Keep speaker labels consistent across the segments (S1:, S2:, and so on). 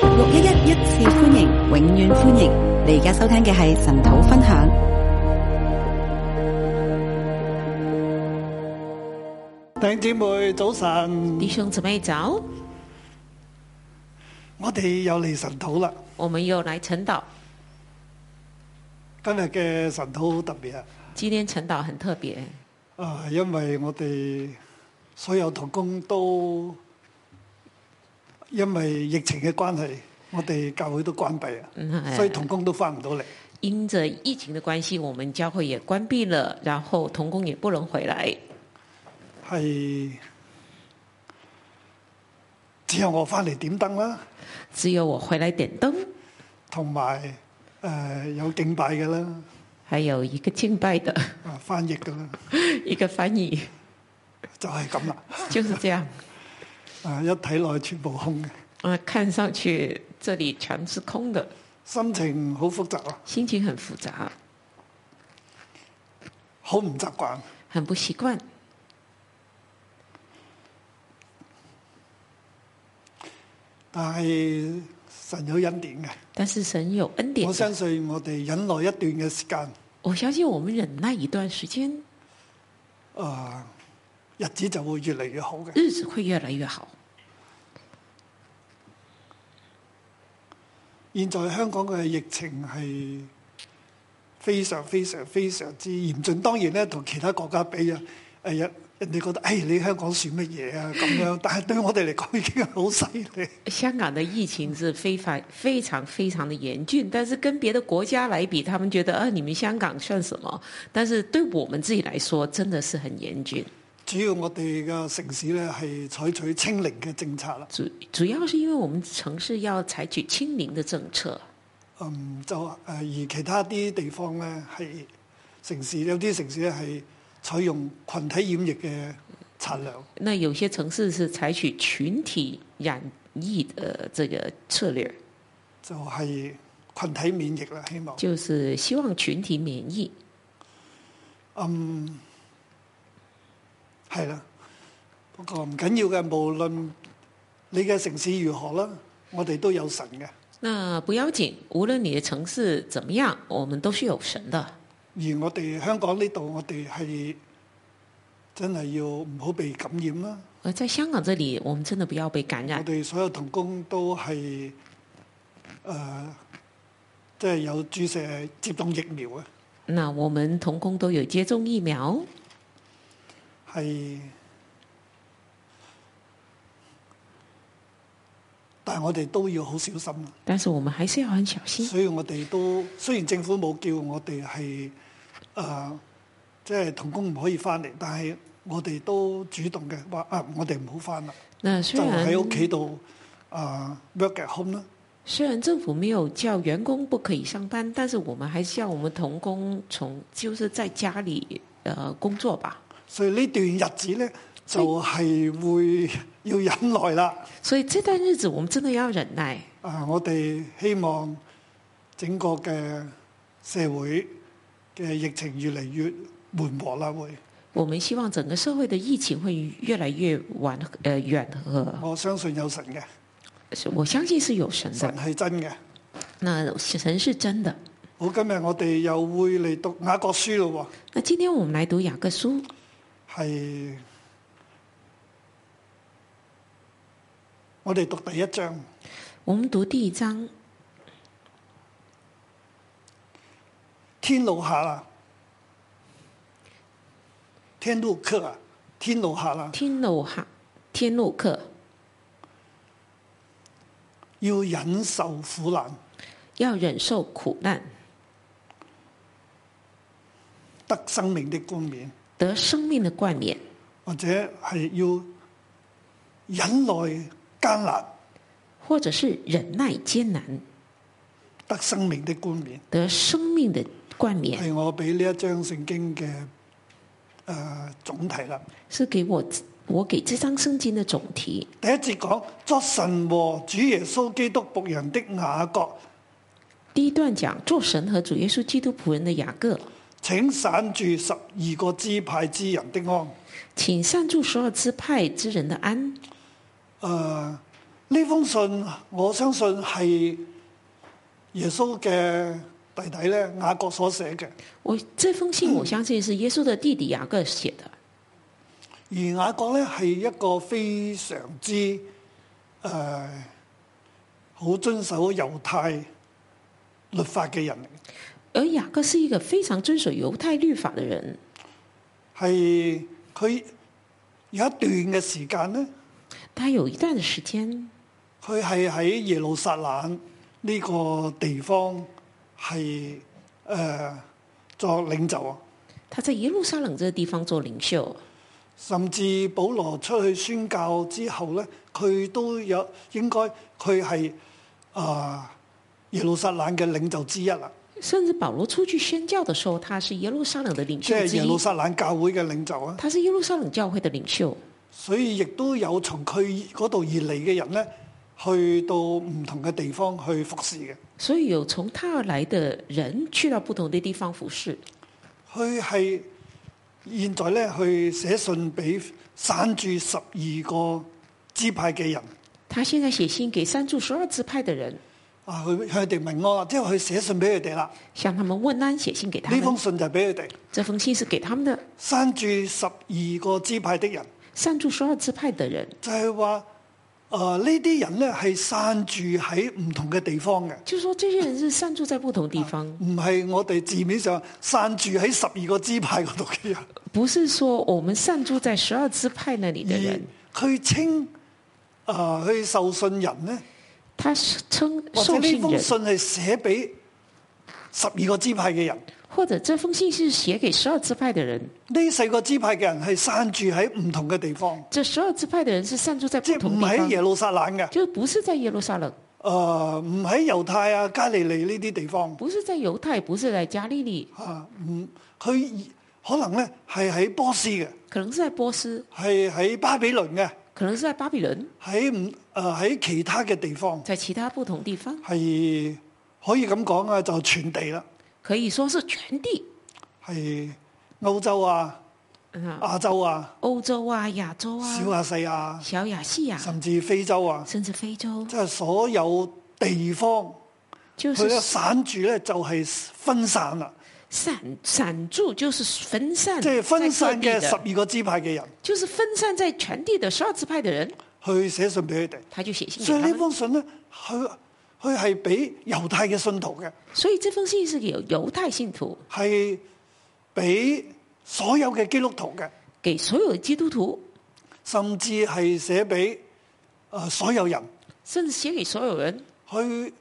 S1: 六一一一次歡迎，永遠歡迎！你而家收聽嘅係神土分享。
S2: 弟兄姊妹早晨，
S3: 弟兄姊妹早，
S2: 我哋又嚟神土啦。
S3: 我们又来晨祷。
S2: 今日嘅神土好特別啊！
S3: 今天晨祷很特别，
S2: 啊，因為我哋所有同工都因為疫情嘅關係，我哋教會都關閉
S3: 嗯
S2: 啊，
S3: 係
S2: 所以同工都翻唔到嚟。
S3: 因着疫情的关系，我们教会也关闭了，然后童工也不能回来，
S2: 係只有我翻嚟點燈啦，
S3: 只有我回来点灯，
S2: 同埋誒有敬拜嘅啦，
S3: 还有一个敬拜的，
S2: 啊翻譯嘅啦，
S3: 一个翻译，
S2: 就係咁啦。
S3: 就是这样。
S2: 啊，一睇落去全部空嘅，
S3: 啊，看上去这里全是空的，
S2: 心情好複雜啊！
S3: 心情很复杂，
S2: 好唔習慣。
S3: 很不习惯。
S2: 但係神有恩典嘅，
S3: 但是神有恩典
S2: 我
S3: 的，
S2: 相信我哋忍耐一段嘅時間，
S3: 我相信我们忍耐一段时间，
S2: 啊、日子就會越嚟越好嘅。
S3: 日子会越来越好。
S2: 現在香港嘅疫情係非常非常非常之嚴峻，當然咧同其他國家比啊，誒人人哋覺得誒、哎你香港算乜嘢啊咁樣，但係對我哋嚟講已經好犀利。
S3: 香港的疫情是非常非常非常的严峻，但是跟别的国家来比，他们觉得啊，你们香港算什么？但是对我们自己来说，真的是很严峻。
S2: 主要我哋嘅城市咧係採取清零嘅政策啦，
S3: 主主要是因为我们城市要采取清零的政策，
S2: 嗯，就誒而其他啲地方咧係城市有啲城市咧係採用群體染疫嘅策略，
S3: 那有些城市是采取群体染疫的这个策略，
S2: 就係、群體免疫啦。希望
S3: 就是希望群体免疫。
S2: 係啦，不過唔緊要嘅，無論你嘅城市如何啦，我哋都有神嘅。
S3: 那不要紧，无论你的城市怎么样，我们都是有神的。
S2: 而我哋香港呢度，我哋係真係要唔好被感染啦。
S3: 而呃在香港这里，我们真的不要被感染
S2: 我。哋所有童工都係誒，即、係、有注射接種疫苗嘅。
S3: 那我们童工都有接种疫苗，
S2: 係，但係我哋都要好小心啊！
S3: 但是我们还是要很小心。
S2: 所以我哋都雖然政府冇叫我哋係誒，即係童工唔可以翻嚟，但係我哋都主動嘅話啊，我哋唔好翻啦，
S3: 那
S2: 就
S3: 虽然
S2: 喺屋企度啊 work at home 啦。
S3: 虽然政府没有叫员工不可以上班，但是我们还是要我们童工从就是在家里呃工作吧。
S2: 所以呢段日子咧就係、會要忍耐啦。
S3: 所以这段日子我们真的要忍耐。
S2: 啊，我哋希望整個嘅社會嘅疫情越嚟越緩和啦，會
S3: 我们希望整个社会的疫情会越来越缓呃远和，
S2: 我相信有神嘅，
S3: 是我相信是有神
S2: 神
S3: 的。
S2: 係真嘅。
S3: 那神是真的。
S2: 好，今日我哋又會嚟讀雅各書咯
S3: 那今天我们来读雅各书
S2: 喎，係我哋讀第一章，
S3: 我们读第一章，
S2: 天路下啦，天路客啊，天路下啦，
S3: 天路哈，天路客
S2: 要忍受苦難，
S3: 要忍受苦难，
S2: 得生命的冠冕。
S3: 得生命的冠冕，
S2: 或者係要忍耐艱難
S3: 或者是忍耐艰难，
S2: 得生命的冠冕，
S3: 得生命的冠冕，
S2: 係我俾呢一章聖經嘅誒、呃、總題啦。
S3: 是给我我给这张圣经的总题。
S2: 第一節講作神和主耶穌基督仆人的雅各，
S3: 第一段讲做神和主耶稣基督仆人的雅各，
S2: 請散住十二個支派之人的安。誒、
S3: 请善助十二支派之人的安。
S2: 呢呃呢封信我相信係耶穌嘅弟弟咧雅各所寫嘅，
S3: 我这封信我相信是耶稣的弟弟雅各写的，
S2: 而雅各咧係一個非常之誒好、遵守猶太律法嘅人嚟嘅。
S3: 而雅各是一个非常遵守犹太律法的人。
S2: 係佢有一段嘅時間咧，
S3: 他有一段的时间，
S2: 佢係喺耶路撒冷呢個地方係誒、呃作領袖啊，
S3: 他在耶路撒冷这个地方做领袖，
S2: 甚至保羅出去宣教之後咧，佢都有應該佢係啊耶路撒冷嘅領袖之一啦，
S3: 甚至保罗出去宣教的时候，他是耶路撒冷的领
S2: 即
S3: 袖
S2: 係
S3: 之
S2: 耶路
S3: 一，
S2: 撒冷教會嘅領袖啊，
S3: 他是耶路撒冷教会的领袖，
S2: 所以亦都有從佢嗰度而嚟嘅人咧，去到唔同嘅地方去服侍嘅。
S3: 所以有从他而来的人去到不同的地方服侍。
S2: 佢係現在咧，去寫信俾散住十二個支派嘅人
S3: 他现在写信给三柱十二支派的人，
S2: 啊，佢向佢哋問安啦，即係佢寫信俾佢哋啦。
S3: 向他们问安，写信给他
S2: 呢封
S3: 们。
S2: 信就係俾佢哋
S3: 这封信是给他们的
S2: 散住十二個支派的人，
S3: 三柱十二支派的人，
S2: 就係話誒呢啲人咧係散住喺唔同嘅地方嘅，
S3: 就说这些人是散住在不同地方，
S2: 唔係我哋字面上散住喺十二個支派嗰度嘅人。
S3: 不是说我们散住在十二支派那里的
S2: 而
S3: 人。
S2: 佢稱啊，佢受信人咧。
S3: 他称
S2: 或
S3: 受
S2: 者呢
S3: 信
S2: 封
S3: 人，
S2: 信係寫俾十二個支派嘅人，
S3: 或者这封信是写给十二支派的人。
S2: 呢四個支派嘅人係散住喺唔同嘅地方，
S3: 这十二支派的人是散住在
S2: 即
S3: 不
S2: 係
S3: 同
S2: 唔
S3: 地
S2: 喺
S3: 方，
S2: 耶路撒冷嘅，
S3: 就不是在耶路撒冷，
S2: 誒唔喺猶太啊、加利利呢啲地方
S3: 不是在犹太，不是在加利利，
S2: 啊，唔佢可能咧係喺波斯嘅，
S3: 可能是在波斯，
S2: 係喺巴比倫嘅，
S3: 可能是在巴比伦，
S2: 喺唔誒喺其他嘅地方
S3: 在其他不同地方，
S2: 係可以咁講啊，就全地啦，
S3: 可以说是全地
S2: 係歐洲啊、
S3: 啊，
S2: 亞洲啊、
S3: 欧洲啊，亚洲
S2: 小
S3: 啊，
S2: 亞細亞，
S3: 小亚细亚，
S2: 甚至非洲啊。
S3: 甚至非洲，
S2: 即係所有地方，
S3: 就
S2: 佢
S3: 是
S2: 咧散住咧就係分散啦，
S3: 散散住，就是分散，
S2: 嗯即係分散嘅
S3: 在
S2: 十
S3: 各地的
S2: 二個支派嘅人
S3: 就是分散在全地的十二支派的人，
S2: 去寫信俾佢哋，
S3: 他就写信
S2: 所以
S3: 给
S2: 呢
S3: 他们。
S2: 封信咧，佢佢係俾猶太嘅信徒嘅，
S3: 所以这封信是给犹太信徒，
S2: 係俾所有嘅基督徒嘅，
S3: 给所有的基督徒，
S2: 甚至係寫俾誒所有人
S3: 甚至写给所有人。
S2: 去，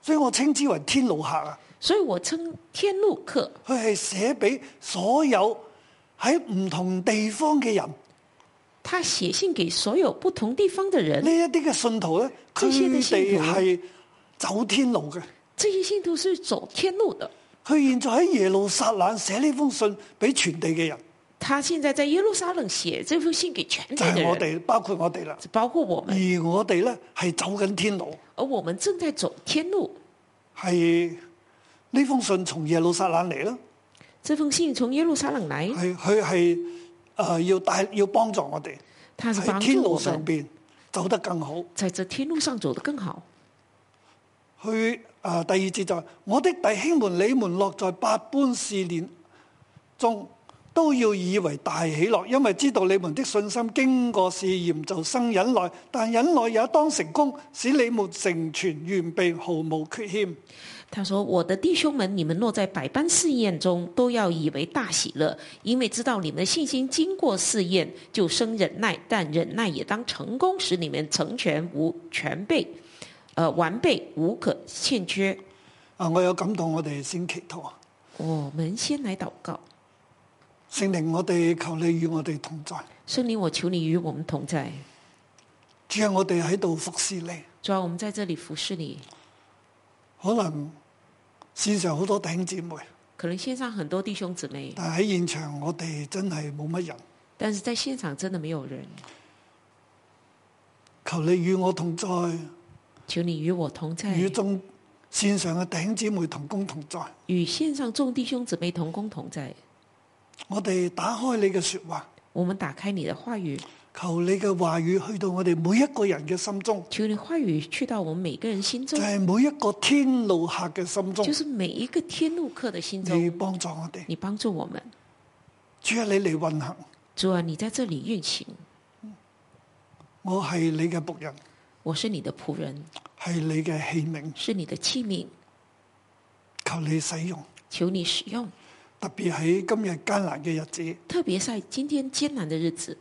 S2: 所以我稱之為天路客啊，
S3: 所以我称天路客，
S2: 佢係寫俾所有喺唔同地方嘅人。
S3: 他写信给所有不同地方的
S2: 呢
S3: 人。
S2: 一啲嘅信徒咧，佢
S3: 這些嘅信
S2: 哋
S3: 徒啊
S2: 係走天路嘅。
S3: 这些信徒是走天路的，
S2: 佢現在喺耶路撒冷寫呢封信俾全地嘅人，
S3: 他现在在耶路撒冷写这封信给全
S2: 就
S3: 地
S2: 係
S3: 的
S2: 我哋，
S3: 人，
S2: 包括我哋啦。
S3: 包括我
S2: 而
S3: 们，
S2: 我哋咧係走緊天路，
S3: 而我们正在走天路。
S2: 係呢封信從耶路撒冷嚟啦，
S3: 这封信从耶路撒冷来，
S2: 係佢係誒要帶要幫助我哋
S3: 他是
S2: 喺
S3: 帮
S2: 天
S3: 助
S2: 路
S3: 我
S2: 上
S3: 们
S2: 邊走得更好。
S3: 在这天路上走得更好。
S2: 去啊、第二節就係、我的弟兄們，你們落在百般試煉中，都要以為大喜樂，因為知道你們的信心經過試驗就生忍耐，但忍耐也當成功，使你們成全完備，毫無缺欠。
S3: 他说：“我的弟兄们，你们落在百般试验中，都要以为大喜乐，因为知道你们的信心经过试验，就生忍耐。但忍耐也当成功，使你们成全无全备，呃，完备无可欠缺。
S2: 啊，我有感動，我哋先祈禱。啊
S3: 我们先来祷告，
S2: 聖靈，啊我哋求你與我哋同在。
S3: 圣灵，我求你与我们同在。
S2: 主啊，我哋喺度服侍你。
S3: 主啊，我们在这里服侍你。
S2: 可能線上好多弟兄姊妹，
S3: 可能线上很多弟兄姊妹，
S2: 但喺現場我哋真係冇乜人。
S3: 但是在现场真的没有人。
S2: 求你與我同在。
S3: 求你与我同在，
S2: 與眾線上嘅弟兄姊妹同工同在，
S3: 与线上众弟兄姊妹同工同在。
S2: 我哋打開你嘅説話，
S3: 我们打开你的话语。
S2: 求你嘅話語去到我哋每一個人嘅心中，
S3: 求你话语去到我们每个人心
S2: 就
S3: 中，
S2: 係每一個天路客嘅心中
S3: 就，是每一个天路客的心
S2: 你
S3: 中。
S2: 幫助我哋。
S3: 你帮助我们，
S2: 主啊，你嚟運行，
S3: 主啊，你在这里运行，
S2: 我係你嘅仆人，
S3: 我是你的仆人，
S2: 係你嘅器皿，
S3: 是你的器皿，
S2: 求你使用。
S3: 求你使用。
S2: 特別喺今日艱難嘅日子，
S3: 特别在今天艰难的日子，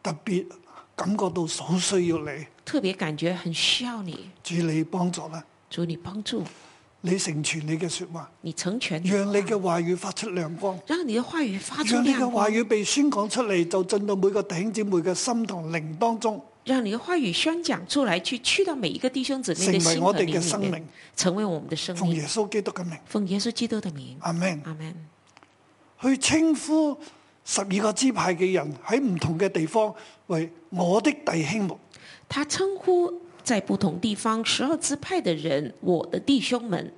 S2: 特別感覺到好需要你，
S3: 特别感觉很需要你，
S2: 主你幫助啦，
S3: 主你帮助，
S2: 你成全你嘅说話，
S3: 你成全你，
S2: 讓你嘅話語發出亮光，
S3: 让你的话语发出
S2: 讓你
S3: 亮
S2: 嘅話
S3: 光，
S2: 語被宣講出嚟，就進到每個弟兄姊妹嘅心同靈當中，
S3: 让你的话语宣讲出来，去去到每一个弟兄姊妹的
S2: 成為
S3: 心
S2: 我
S3: 和
S2: 哋
S3: 灵
S2: 嘅
S3: 里
S2: 生
S3: 面
S2: 命，。
S3: 成为我们的生
S2: 奉耶
S3: 命。
S2: 穌基督嘅名，
S3: 奉耶稣基督的名，
S2: 阿 Man
S3: 阿门。
S2: 去稱呼十二個支派嘅人喺唔同嘅地方為我的弟兄們。
S3: 他称呼在不同地方十二支派的人，我的弟兄们，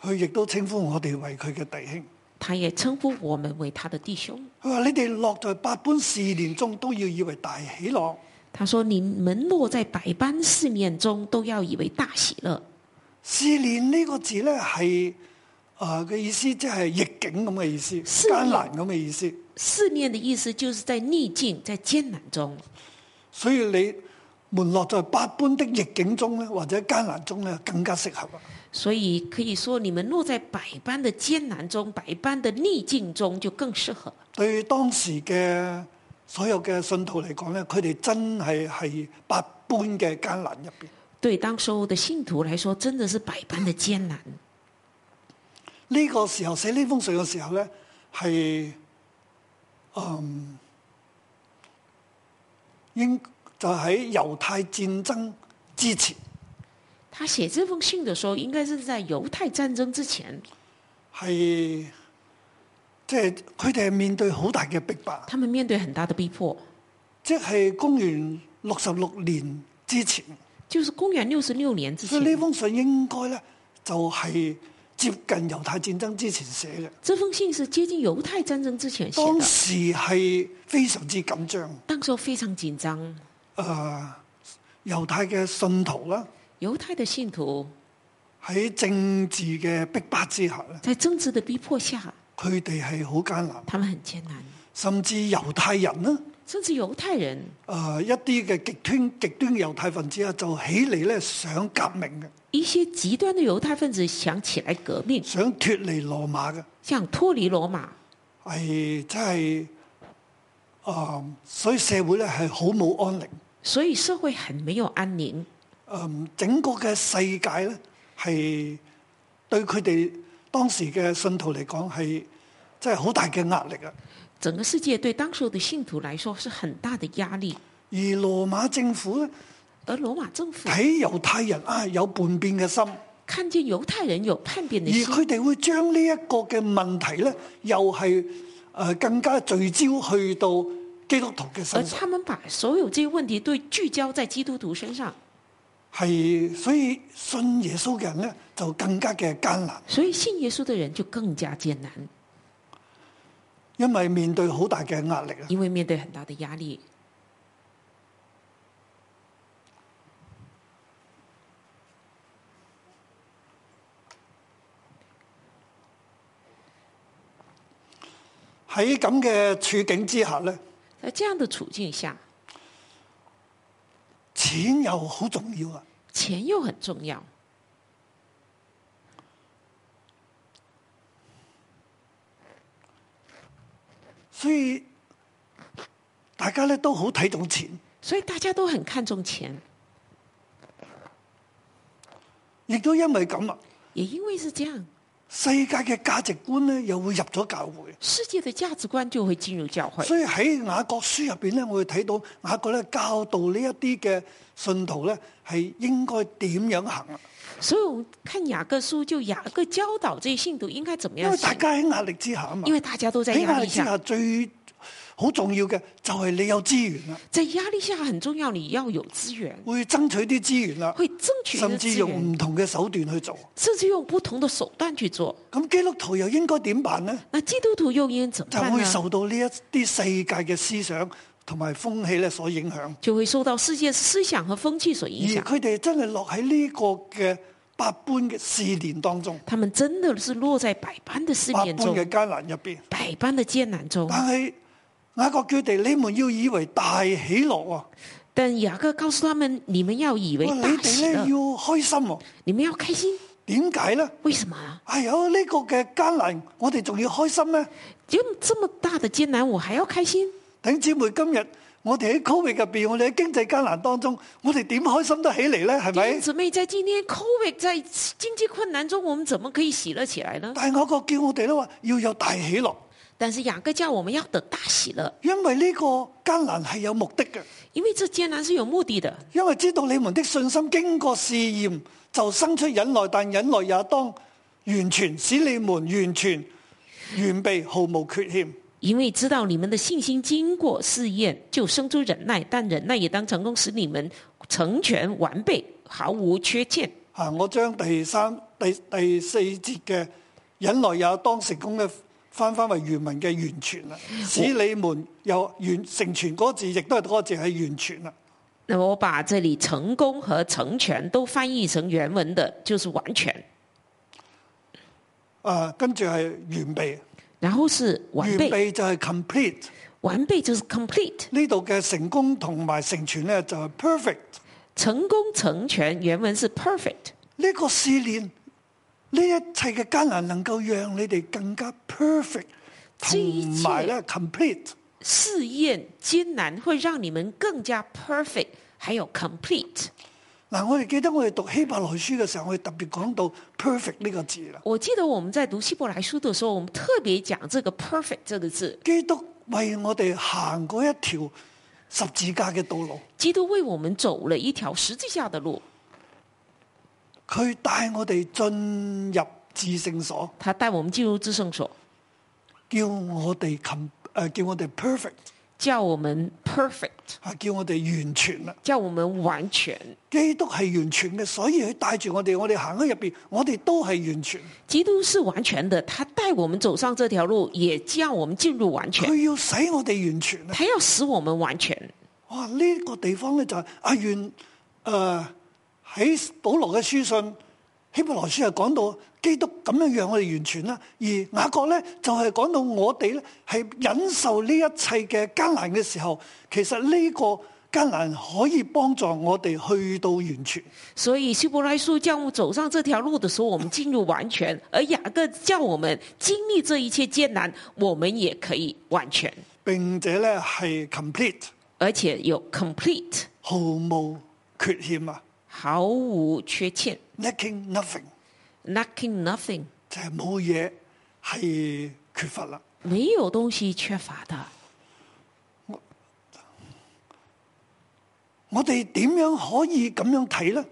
S2: 佢亦都稱呼我哋為佢嘅弟兄。
S3: 他也称呼我们为他的弟兄。
S2: 佢話：你哋落在百般試煉中，都要以為大喜樂。
S3: 他说：“你们落在百般试炼中，都要以为大喜乐。
S2: 試煉呢個字咧係啊嘅意思，即係逆境咁嘅意思，
S3: 試煉
S2: 艱難咁嘅意思。
S3: 试炼的意思就是在逆境、在艰难中。
S2: 所以你們落在百般的逆境中咧，或者艱難中咧，更加適合啊！
S3: 所以可以说，你们落在百般的艰难中、百般的逆境中，就更适合。
S2: 對當時嘅所有嘅信徒嚟講咧，佢哋真係係百般嘅艱難入邊。
S3: 对当时候的信徒来说，真的是百般的艰难。
S2: 呢、個時候寫呢封信嘅時候咧，係嗯應就喺猶太戰爭之前，
S3: 他写这封信的时候，应该是在犹太战争之前，
S2: 係即係佢哋係面對好大嘅逼迫，
S3: 他们面对很大的逼迫，
S2: 即係公元六十六年之前，
S3: 就是公元六十六年之
S2: 所以呢
S3: 前。
S2: 封信應該咧就係、接近猶太戰爭之前寫嘅。
S3: 这封信是接近猶太戰爭之前寫
S2: 當
S3: 的，
S2: 時係非常之緊張，誒、
S3: 當時候非常緊張。
S2: 猶太嘅信徒啦。
S3: 猶太的信徒
S2: 喺政治嘅逼迫之下咧，
S3: 在政治的逼迫下，
S2: 佢哋係好艱難，
S3: 他們很艱難，
S2: 甚至猶太人呢，
S3: 甚至猶太人
S2: 誒、一啲嘅極端極端猶太分子啊，就起嚟咧想革命嘅，
S3: 一些極端的猶太分子想起來革命，
S2: 想脱離羅馬嘅，
S3: 想脱離羅馬，
S2: 係真係誒，所以社會咧係好冇安寧，誒、
S3: 所以社會很沒有安寧，
S2: 嗯整個嘅世界咧係對佢哋當時嘅信徒嚟講係真係好大嘅壓力啊！
S3: 整個世界對當時候的信徒來說是很大的壓力。
S2: 而羅馬政府咧
S3: 而羅馬政府
S2: 睇猶太人啊有叛變嘅心。
S3: 看見猶太人有叛變
S2: 而
S3: 的心，
S2: 佢哋會將呢一個嘅問題咧，又係誒更加聚焦去到基督徒嘅
S3: 而
S2: 身上，
S3: 他們把所有這些問題都聚焦在基督徒身上，
S2: 係所以信耶穌嘅人咧就更加嘅艱難，
S3: 所以信耶穌的人就更加艱難，
S2: 因為面對好大嘅壓力啊！
S3: 因為面對很大的壓力。
S2: 喺咁嘅處境之下咧，
S3: 在這樣的處境下，
S2: 錢又好重要啊！
S3: 錢又很重要。
S2: 所以大家咧都好睇重錢，
S3: 所以大家都很看重錢，
S2: 亦都因為咁啊，
S3: 也因為是這樣，
S2: 世界嘅價值觀咧又會入咗教會。
S3: 世界的價值觀就會進入教會。
S2: 所以喺雅各書入邊咧，我會睇到雅各咧教導呢一啲嘅信徒咧係應該點樣行啊？
S3: 所以我們看雅各書，就雅各教導這些信徒應該怎麼
S2: 因
S3: 樣
S2: 為大
S3: 行，
S2: 家喺壓力之下啊嘛
S3: 因，為大家都在
S2: 喺
S3: 壓
S2: 壓力
S3: 力
S2: 之
S3: 下，
S2: 下最好重要嘅就係你有資源啊啦，
S3: 在壓力下很重要，你要有資源，
S2: 會爭取啲資源啦，啊
S3: 會爭取你
S2: 甚
S3: 的
S2: 至
S3: 資源，
S2: 用唔同嘅手段去做。
S3: 甚至用不同的手段去做。
S2: 咁基督徒又應該點辦呢？
S3: 那基督徒又應該怎麼
S2: 就
S3: 辦
S2: 會
S3: 呢？
S2: 受到呢一啲世界嘅思想同埋風氣咧所影響。
S3: 就会受到世界思想和風氣所影
S2: 而
S3: 響。
S2: 佢哋真係落喺呢個嘅百般嘅試煉當中，
S3: 他們真的是落在百般的試
S2: 百
S3: 煉
S2: 般
S3: 中，
S2: 嘅艱難入邊。
S3: 百般的艱難中。
S2: 但係雅各叫地，你們要以為大喜樂喎、
S3: 但雅各告訴他們：你們要以為
S2: 哇你
S3: 大
S2: 哋
S3: 喜
S2: 咧要
S3: 樂，
S2: 開心喎、
S3: 你們要開心。
S2: 點解咧？
S3: 為什麼啊？
S2: 係有呢個嘅艱難，我哋仲要開心咩？
S3: 就這麼大的艱難，我還要開心？
S2: 弟兄姊妹，今日我哋喺 Covid 入邊，我哋喺經濟艱難當中，我哋點開心得起嚟咧？係
S3: 弟兄
S2: 咪？
S3: 姊妹，在今天 COVID 在經濟困難中，我們怎麼可以喜樂起來呢？
S2: 但係我個叫我哋咧話要有大喜樂，
S3: 但是雅各叫我們要得大喜樂，
S2: 因為呢個艱難係有目的嘅，
S3: 因為這艱難是有目的的。
S2: 因為知道你們的信心經過試驗，就生出忍耐，但忍耐也當完全，使你們完全完備，毫無缺欠。
S3: 因为知道你们的信心经过试验，就生出忍耐，但忍耐也当成功，使你们成全完备，毫无缺欠。
S2: 啊！我將第三、第第四節嘅忍耐也當成功嘅翻翻為原文嘅完全啦，使你們有完成全嗰個字，亦都係嗰個字係完全啦。
S3: 那么我把这里成功和成全都翻译成原文的，就是完全，
S2: 啊，跟住係完備，
S3: 然后是
S2: 完
S3: 完备，
S2: 備就係 complete。
S3: 完备就是 complete，
S2: 呢度嘅成功同埋成全咧就係 perfect。
S3: 成功成全原文是 perfect。
S2: 呢個試煉，呢一切嘅艱難能夠讓你哋更加 perfect，
S3: 這一切
S2: 同埋咧 complete。
S3: 试验艰难会让你们更加 perfect，还有 complete。
S2: 嗱，我哋記得我哋讀希伯來書嘅時候，我哋特別講到 perfect 呢個字啦。
S3: 我记得我们在读希伯来书的时候，我们特别讲这个 perfect 这个字。
S2: 基督為我哋行過一條十字架嘅道路，
S3: 基督为我们走了一条十字架的路，
S2: 佢帶我哋進入至聖所，
S3: 他带我们进入至圣所，
S2: 叫我哋 com 誒叫我哋 perfect
S3: 叫我们 perfect，
S2: 啊，叫我哋完全啦。
S3: 叫我们完全。
S2: 基督係完全嘅，所以佢帶住我哋，我哋行喺入邊，我哋都係完全。
S3: 基督是完全的，他带我们走上这条路，也叫我们进入完全。
S2: 佢要使我哋完全啊！
S3: 他要使我们完全。
S2: 哇，呢、個地方咧就係、阿願誒喺保羅嘅書信。希伯來書係講到基督咁樣讓我哋完全啦，而雅各咧就係、講到我哋咧係忍受呢一切嘅艱難嘅時候，其實呢個艱難可以幫助我哋去到完全。
S3: 所以希伯来书叫我们走上这条路的时候，我们进入完全；而雅各叫我们经历这一切艰难，我们也可以完全，
S2: 並且咧係 complete
S3: 而且有 complete，
S2: 毫無缺欠啊
S3: 毫无缺欠
S2: ，lacking nothing
S3: ，lacking nothing。
S2: 就係冇嘢係缺乏啦。
S3: 没有东西缺乏的。
S2: 我哋點樣可以咁樣睇咧？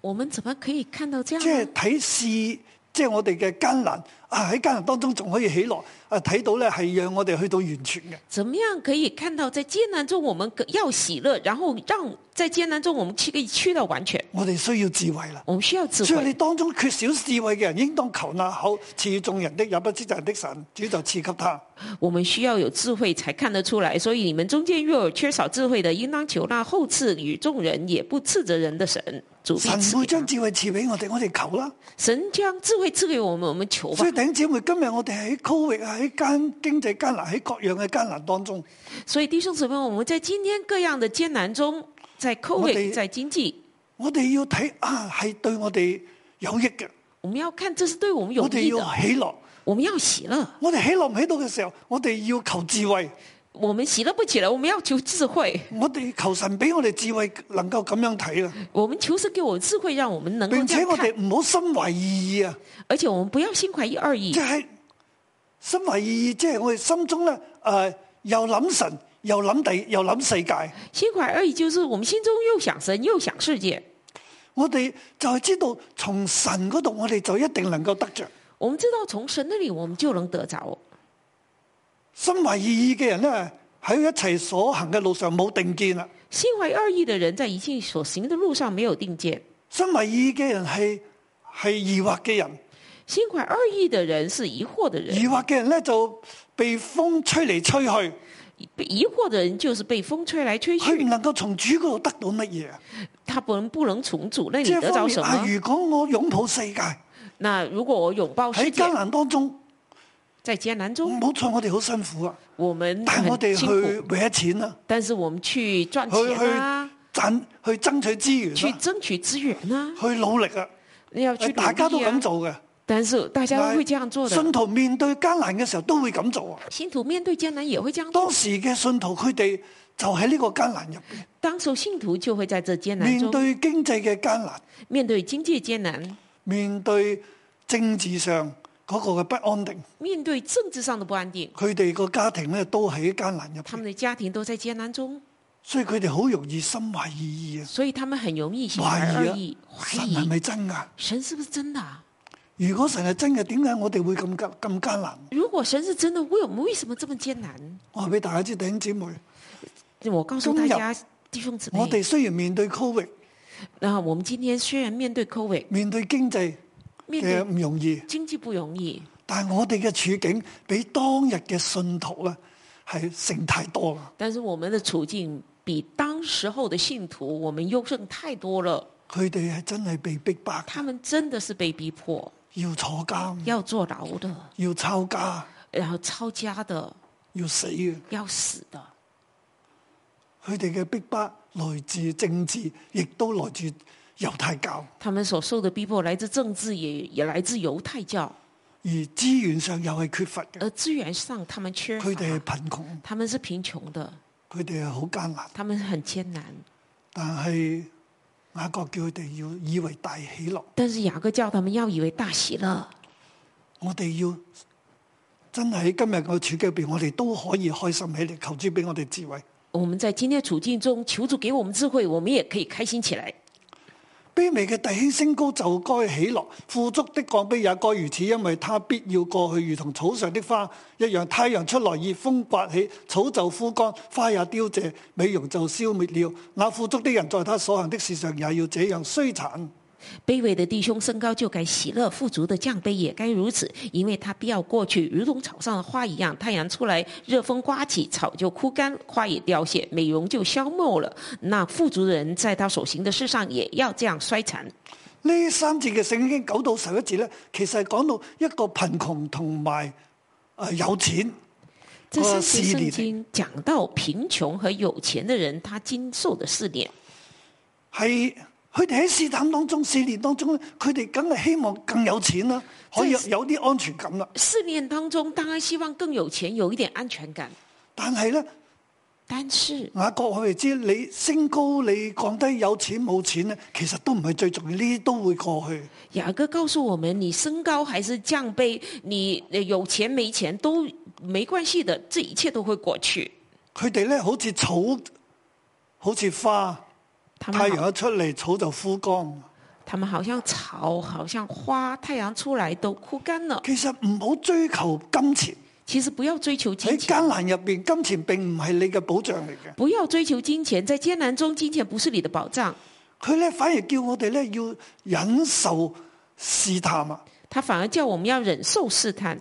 S3: 我们怎么可以看到这
S2: 即
S3: 样
S2: 係
S3: 呢？
S2: 睇試，即係我哋嘅艱難啊！喺艱難當中仲可以喜樂啊！睇到咧係讓我哋去到完全嘅。
S3: 怎么样可以看到在艰难中我们可要喜乐，然后让在艰难中我们去可以去到完全？
S2: 我哋需要智慧啦。
S3: 我们需要智
S2: 所以你
S3: 慧。
S2: 當中缺少智慧嘅人，應當求那口賜予眾人的，也不知人的神，主就賜給他。
S3: 我们需要有智慧才看得出来。所以你们中间若有缺少智慧的，应当求那后赐与众人也不斥责人的神。主必
S2: 神
S3: 赐
S2: 會
S3: 给他
S2: 將智慧賜俾我哋，我哋求啦。
S3: 神将智慧赐给我们，我们求吧
S2: 所以。弟兄姊妹，今日我哋喺 Covid 啊，喺艱經濟艱難，喺各樣嘅艱難當中，
S3: 所以弟兄姊妹，我们在今天各样的艰难中，在
S2: 我哋
S3: COVID，在经济，
S2: 我哋要睇啊，係對我哋有益嘅，
S3: 我们要看这是对我们有
S2: 我哋
S3: 益啊
S2: 要
S3: 的。
S2: 喜樂。
S3: 我们要喜乐。
S2: 我哋喜樂唔起到嘅時候，我哋要求智慧。
S3: 我们喜乐不起来，我们要求智慧，
S2: 我哋求神俾我哋智慧，能夠咁樣睇啦，
S3: 我们求神给我们智慧，让我们能够
S2: 並
S3: 这
S2: 且
S3: 样
S2: 我哋
S3: 看，
S2: 唔好心懷二意啊！
S3: 而且我们不要心怀一二意
S2: 即、，係心懷二意，即係我哋心中咧，诶、又諗神，又諗地，又諗世界。
S3: 心怀二意就是我们心中又想神又想世界，
S2: 我哋就係知道從神嗰度，我哋就一定能夠得着。
S3: 我们知道从神那里我们就能得着。
S2: 心懷二意嘅人咧，喺一切所行嘅路上冇定見啊啦。
S3: 心怀二意的人，在一切所行的路上没有定见；
S2: 心懷二意嘅人係系疑惑嘅人，
S3: 心怀二意的人是疑惑的人，
S2: 疑惑嘅人咧就被風吹嚟吹去。
S3: 被疑惑的人就是被风吹来吹
S2: 佢
S3: 去
S2: 唔，能夠從主嗰度得到乜嘢啊？
S3: 他不能不能从主那里
S2: 即係
S3: 得
S2: 方
S3: 着
S2: 面
S3: 什
S2: 啊！
S3: 么？
S2: 如果我擁抱世界
S3: 那如果我拥抱世
S2: 喺
S3: 界
S2: 艱，難當中，
S3: 在艰难中，
S2: 冇錯，我哋好辛苦啊，
S3: 我们
S2: 但係嗯我
S3: 嗯很
S2: 哋
S3: 辛
S2: 去
S3: 苦，
S2: 搲錢啊，
S3: 但是我们去赚
S2: 去去
S3: 钱啊，
S2: 賺去爭取資
S3: 去
S2: 源啊，
S3: 争取资源啊，
S2: 去努力啊，
S3: 要去努
S2: 大家都
S3: 力
S2: 咁
S3: 啊。
S2: 做嘅。
S3: 但是大家都会这样做的，
S2: 信徒面對艱難嘅時候都會咁做啊！
S3: 信徒面对艰难也会这样
S2: 當
S3: 做。
S2: 時嘅信徒佢哋就喺呢個艱難入边，
S3: 当时信徒就会在这艰难
S2: 面
S3: 中
S2: 對經濟嘅艱難，
S3: 面对经济艰难，
S2: 面對政治上嗰個嘅不安定，
S3: 面对政治上的不安定，
S2: 佢哋個家庭咧都喺艱難入
S3: 他
S2: 边，
S3: 们的家庭都在艰难中，
S2: 所以佢哋好容易心懷二意啊！
S3: 所以他们很容易心怀
S2: 懷
S3: 二
S2: 疑
S3: 意，
S2: 啊，
S3: 怀
S2: 神係
S3: 疑
S2: 咪真㗎？
S3: 神是不是真的啊、
S2: 如果神係真嘅，點解我哋會咁艱咁艱難？
S3: 如果神是真的，为我们为什么这么艰难？
S2: 我話俾大家知，弟兄姊妹，
S3: 我告诉大家，弟兄姊
S2: 我
S3: 妹，
S2: 哋雖然面對 Covid，
S3: 那我们今天虽然面对 COVID，
S2: 面對經濟
S3: 面
S2: 嘅
S3: 对
S2: 唔容易。
S3: 经济不容易，
S2: 但係我哋嘅處境比當日嘅信徒咧係盛太多啦。
S3: 但是我们的处境比当时候的信徒我们优胜太多了。
S2: 佢哋係真係被逼迫嘅，
S3: 他们真的是被逼迫
S2: 要坐監，
S3: 要坐牢的，
S2: 要抄家，
S3: 然后抄家的，
S2: 要死嘅。
S3: 要死的。
S2: 佢哋嘅逼迫來自政治，亦都來自猶太教，
S3: 他们所受的逼迫来自政治也，也来自犹太教，
S2: 而資源上又係缺乏嘅。
S3: 而资源上他们缺乏
S2: 佢，哋係貧窮，
S3: 他们是贫穷的，
S2: 佢哋係好艱難，
S3: 他们很艰难。
S2: 但係雅各叫佢哋要以為大喜樂，
S3: 但是雅各叫他们要以为大喜乐，
S2: 我哋要真係喺今日嘅處境入邊，我哋都可以開心起嚟。求主俾我哋智慧。
S3: 我们在今天的处境中，求主给我们智慧，我们也可以开心起来。
S2: 卑微嘅弟兄升高就該喜樂，富足的降卑也該如此，因為他必要過去，如同草上的花一樣。太陽出來，熱風刮起，草就枯乾，花也凋謝，美容就消滅了。那富足的人在他所行的事上也要這樣衰殘。
S3: 卑微的弟兄升高就该喜乐，富足的降卑也该如此，因为他必要过去，如同草上的花一样。太阳出来，热风刮起，草就枯干，花也凋谢，美容就消没了。那富足的人在他所行的事上也要这样衰残。
S2: 呢三節嘅聖經九到十一節呢，其實係講到一個貧窮同埋誒有錢。
S3: 这
S2: 呃
S3: 三节
S2: 系列
S3: 圣
S2: 的
S3: 经讲到贫穷和有钱的人，他经受的试炼，
S2: 係佢哋喺試探當中、試煉當中咧，佢哋梗係希望更有錢啦，可以
S3: 即係
S2: 有啲安全感啦。
S3: 试炼当中当然希望更有钱，有一点安全感。
S2: 但係咧，
S3: 但是
S2: 雅各我哋知你升高你降低有錢冇錢咧，其實都唔係最重要，呢啲都會過去。
S3: 雅各告诉我们，你升高还是降卑，你呃有钱没钱都没关系的，这一切都会过去。
S2: 佢哋咧好似草，好似花，
S3: 他
S2: 太
S3: 们好
S2: 陽一出嚟草就枯乾。
S3: 他们好像草，好像花，太阳出来都枯干了。
S2: 其實唔好追求金錢，
S3: 其实不要追求金
S2: 喺
S3: 钱，
S2: 艱難入邊，金錢並唔係你嘅保障嚟嘅。
S3: 不要追求金钱，在艰难中，金钱不是你的保障，
S2: 佢咧反而叫我哋咧要忍受試探啊！
S3: 他反而叫我们要忍受试探。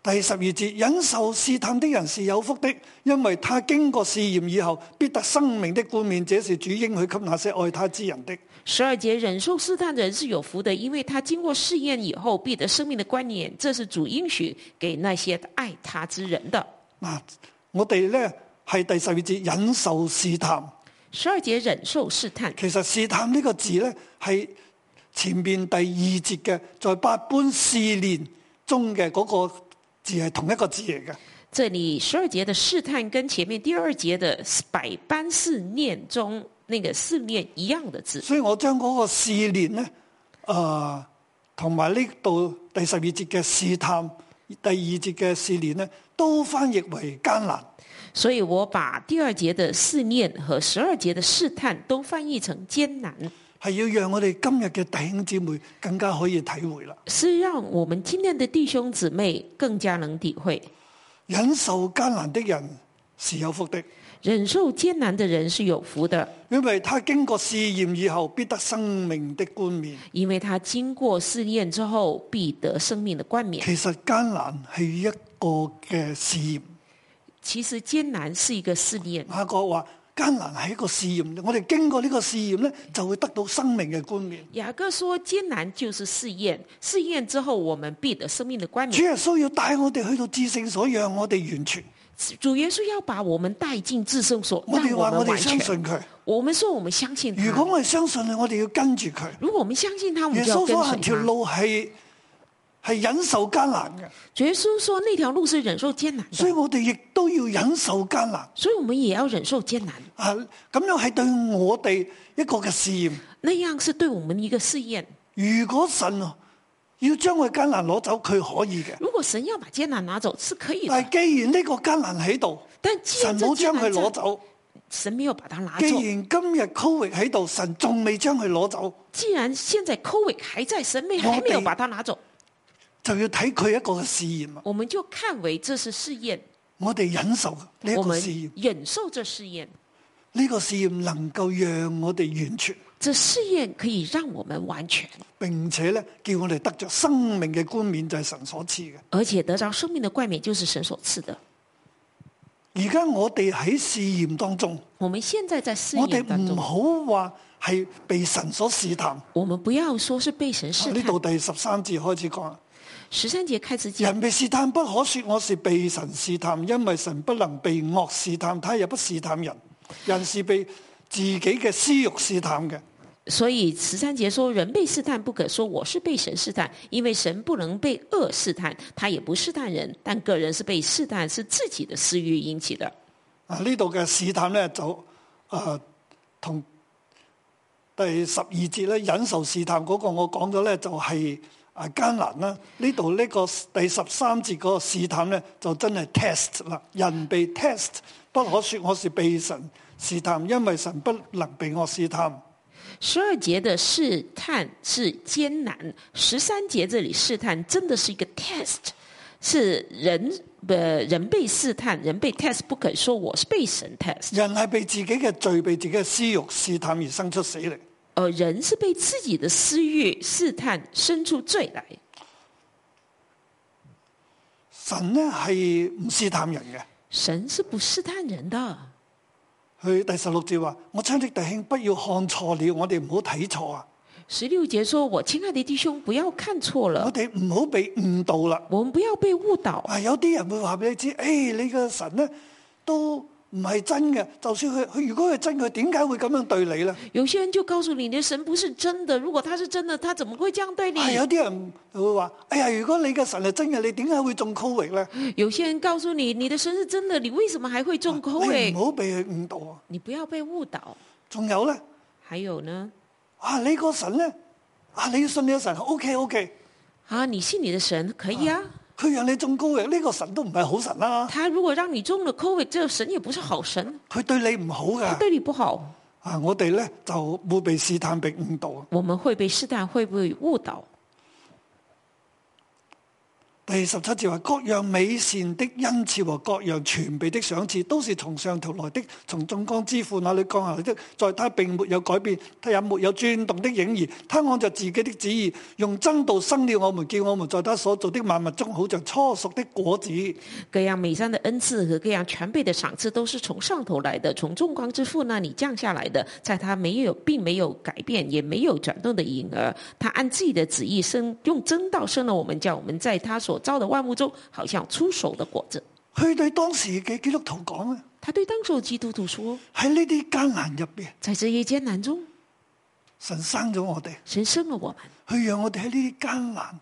S2: 第十二節，忍受試探的人是有福的，因為他經過試驗以後，必得生命的冠冕。這是主應許給那些愛他之人的。
S3: 十二节，忍受试探的人是有福的，因为他经过试验以后，必得生命的冠冕，这是主应许给那些爱他之人的。
S2: 嗱，我哋呢係第十二節忍受試探。
S3: 十二节，忍受试探。
S2: 其實試探呢個字呢，係前面第二節嘅，在八般試煉中嘅嗰個字係同一個字嚟嘅。
S3: 这里十二节的试探跟前面第二节的百般试炼中那个试炼一样的字，
S2: 所以我將嗰個試煉呢，誒、同埋呢度第十二節嘅試探，第二節嘅試煉呢，都翻譯為艱難。
S3: 所以我把第二节的试炼和十二节的试探都翻译成艰难，
S2: 係要讓我哋今日嘅弟兄姊妹更加可以體會啦。
S3: 是让我们今天的弟兄姊妹更加能体会，
S2: 忍受艱難的人是有福的，
S3: 忍受艰难的人是有福的，
S2: 因為他經過試驗以後，必得生命的冠冕。
S3: 因为他经过试验之后必得生命的冠冕。
S2: 其實艱難係一個嘅試驗，
S3: 其实艰难是一个试炼。
S2: 雅各話艱難係一個試驗，我哋經過呢個試驗咧，就會得到生命嘅觀念。
S3: 雅各说：“艰难就是试验，试验之后我们必得生命的冠
S2: 主
S3: 冕。
S2: 耶穌要帶我哋去到至聖所，讓我哋完全。
S3: 主耶稣要把我们带进至圣所，
S2: 我
S3: 让
S2: 哋話
S3: 我
S2: 我
S3: 们
S2: 哋
S3: 完
S2: 相
S3: 全。
S2: 信佢，
S3: 我们说我们相信他。
S2: 如果我哋相信佢，我哋要跟住佢。
S3: 如果我们相信他，我
S2: 耶
S3: 们嗯就要
S2: 穌所行
S3: 跟随
S2: 條
S3: 他。
S2: 路係係忍受艱難嘅，
S3: 主耶稣说那条路是忍受艰难的，
S2: 所以我哋亦都要忍受艱難。
S3: 所以我们也要忍受艰难。
S2: 啊，咁樣係對我哋一個嘅試驗。
S3: 那样是对我们一个试验。
S2: 如果神要將佢艱難攞走，佢可以嘅。
S3: 如果神要把艰难拿走是可以
S2: 但
S3: 的，
S2: 係既然呢個艱難喺度，
S3: 但既
S2: 神
S3: 然这
S2: 冇
S3: 艰
S2: 將佢
S3: 难
S2: 攞
S3: 在，
S2: 走。
S3: 神没有把它拿
S2: 既
S3: 走。
S2: 然今日 Covid 喺度，神仲未將佢攞走，
S3: 既然现在 COVID 还在，神没
S2: 我
S3: 还没有
S2: 得
S3: 把它拿走，
S2: 就要睇佢一個嘅試驗啊啦。
S3: 我们就看为这是试验，
S2: 我哋忍受呢一
S3: 我
S2: 個
S3: 们
S2: 試驗，
S3: 忍受这试验。
S2: 呢、個試驗能夠讓我哋完全，
S3: 这试验可以让我们完全，
S2: 並且咧叫我哋得着生命嘅冠冕，就係神所賜嘅。
S3: 而且得着生命的冠冕，就是神所赐的。
S2: 而家我哋喺試驗當中，
S3: 我们现在在试
S2: 我哋
S3: 验当
S2: 唔
S3: 中，
S2: 好話係被神所試探。
S3: 我们不要说是被神试
S2: 呢
S3: 探
S2: 度。第十三節開始講啦，
S3: 十三节开始讲，
S2: 人被試探不可說我是被神試探，因為神不能被惡試探，他也不試探人。人是被自己嘅私欲試探嘅。
S3: 所以十三节说：“人被试探，不可说我是被神试探，因为神不能被恶试探，他也不试探人。但个人是被试探，是自己的私欲引起的。
S2: 啊，呢度嘅試探咧就啊同第十二節咧忍受試探嗰個我講咗咧就係、啊艱難啦。呢度呢個第十三節嗰個試探咧就真係 test 啦，人被 test，不可說我是被神試探，因為神不能被我試探。
S3: 十二节的试探是艰难，十三节这里试探真的是一个 test，是人呃人被试探，人被 test，不可以说我是被神 test，
S2: 人係被自己嘅罪、被自己嘅私欲試探而生出死嚟。
S3: 呃，人是被自己的私欲试探，生出罪来。
S2: 神咧係唔試探人嘅。
S3: 神是不试探人的。
S2: 佢第十六節話：我親的弟兄，不要看錯了，我哋唔好睇錯啊！
S3: 十六节说：“我亲爱的弟兄，不要看错
S2: 我
S3: 了，
S2: 哋唔好被誤導啦。
S3: 我们不要被误导。
S2: 啊，有啲人會話俾你知，誒、你嘅神咧都唔係真嘅。就算佢佢如果係真，佢點解會咁樣對你咧？
S3: 有些人就告诉你，你的神不是真的。如果他是真的，他怎么会这样对你？
S2: 啊，有啲人會話：哎呀，如果你嘅神係真嘅，你點解會中 Covid 咧？
S3: 有些人告诉你，你的神是真的，你為什麼還會中 c
S2: 你
S3: o
S2: 唔好被佢誤導啊！
S3: 你不要被誤導。
S2: 仲有咧，
S3: 還有呢，
S2: 啊，你個神咧，啊，你信你嘅神，OK OK，
S3: 啊，你信你的神可以啊。
S2: 佢讓你中 Covid，呢個神都唔係好神啦、
S3: 他如果让你中了 COVID，这个神也不是好神，
S2: 佢對你唔好
S3: 他
S2: 㗎。
S3: 對你不好，
S2: 啊，我哋咧就會被試探、被誤導啊。
S3: 我們會被試探，會被誤導。
S2: 第十七節話：各樣美善的恩賜和各樣全備的賞賜，都是從上頭來的，從眾光之父那裏降下來的。在他並沒有改變，他也沒有轉動的影兒。他按照自己的旨意，用真道生了我們，叫我們在他所做的萬物中，好像初熟的果子。
S3: 各样美善的恩赐和各样全备的赏赐，都是从上头来的，从众光之父那里降下来的，在他没有，并没有改变，也没有转动的影儿。他按自己的旨意生，用真道生了我们，叫我们在他所造的万物中，好像出手的果子。
S2: 佢對當時嘅基督徒講啊，
S3: 他对当时的基督徒说，
S2: 喺呢啲艱難入邊，
S3: 在这些艰难中，
S2: 神生咗我哋，
S3: 神生了我们，
S2: 佢讓我哋喺呢啲艱難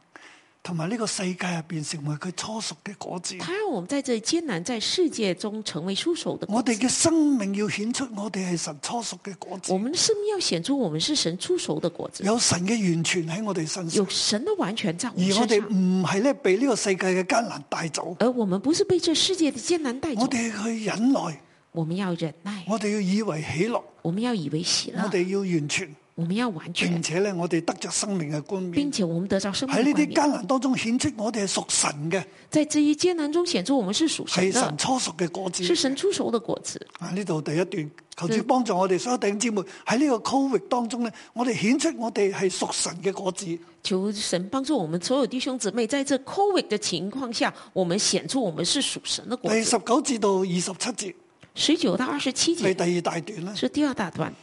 S2: 同埋呢個世界入邊成為佢初熟嘅果子。
S3: 他让我们在这艰难在世界中成为出手的果
S2: 我
S3: 子
S2: 哋。嘅生命要顯出我哋係神初熟嘅果子
S3: 我，们的生命要显出我们是神出手的果子，
S2: 有神嘅完全喺我哋身上
S3: 有，神的完全在我
S2: 而
S3: 们
S2: 我
S3: 身
S2: 哋
S3: 上，
S2: 唔係咧被呢個世界嘅艱難帶走，
S3: 而我们不是被这世界的艰难带走
S2: 我。哋去忍耐，
S3: 我们要忍耐，
S2: 我哋要以為喜樂，
S3: 我们要以为喜
S2: 我
S3: 乐，
S2: 哋要完全，
S3: 我们要完
S2: 並
S3: 全，
S2: 且咧我哋得着生命嘅冠
S3: 并
S2: 冕。
S3: 且我们得着生命
S2: 喺
S3: 的
S2: 呢啲
S3: 冠冕。
S2: 艱難當中顯出我哋係屬神嘅，
S3: 在这一艰难中显出我们是属神
S2: 係神
S3: 的，
S2: 初熟嘅果子。
S3: 是神出手的果子。
S2: 啊！呢度第一段，求
S3: 嗯
S2: 主幫助我哋所有弟兄姊妹喺呢個 Covid 當中咧，我哋顯出我哋係屬神嘅果子。
S3: 求神帮助我们所有弟兄姊妹，在这 COVID 的情况下，我们显出我们是属神的果
S2: 第
S3: 子。
S2: 十九至到二十七節
S3: 十九到二十七
S2: 係
S3: 节
S2: 第二大段啦，
S3: 是第二大段，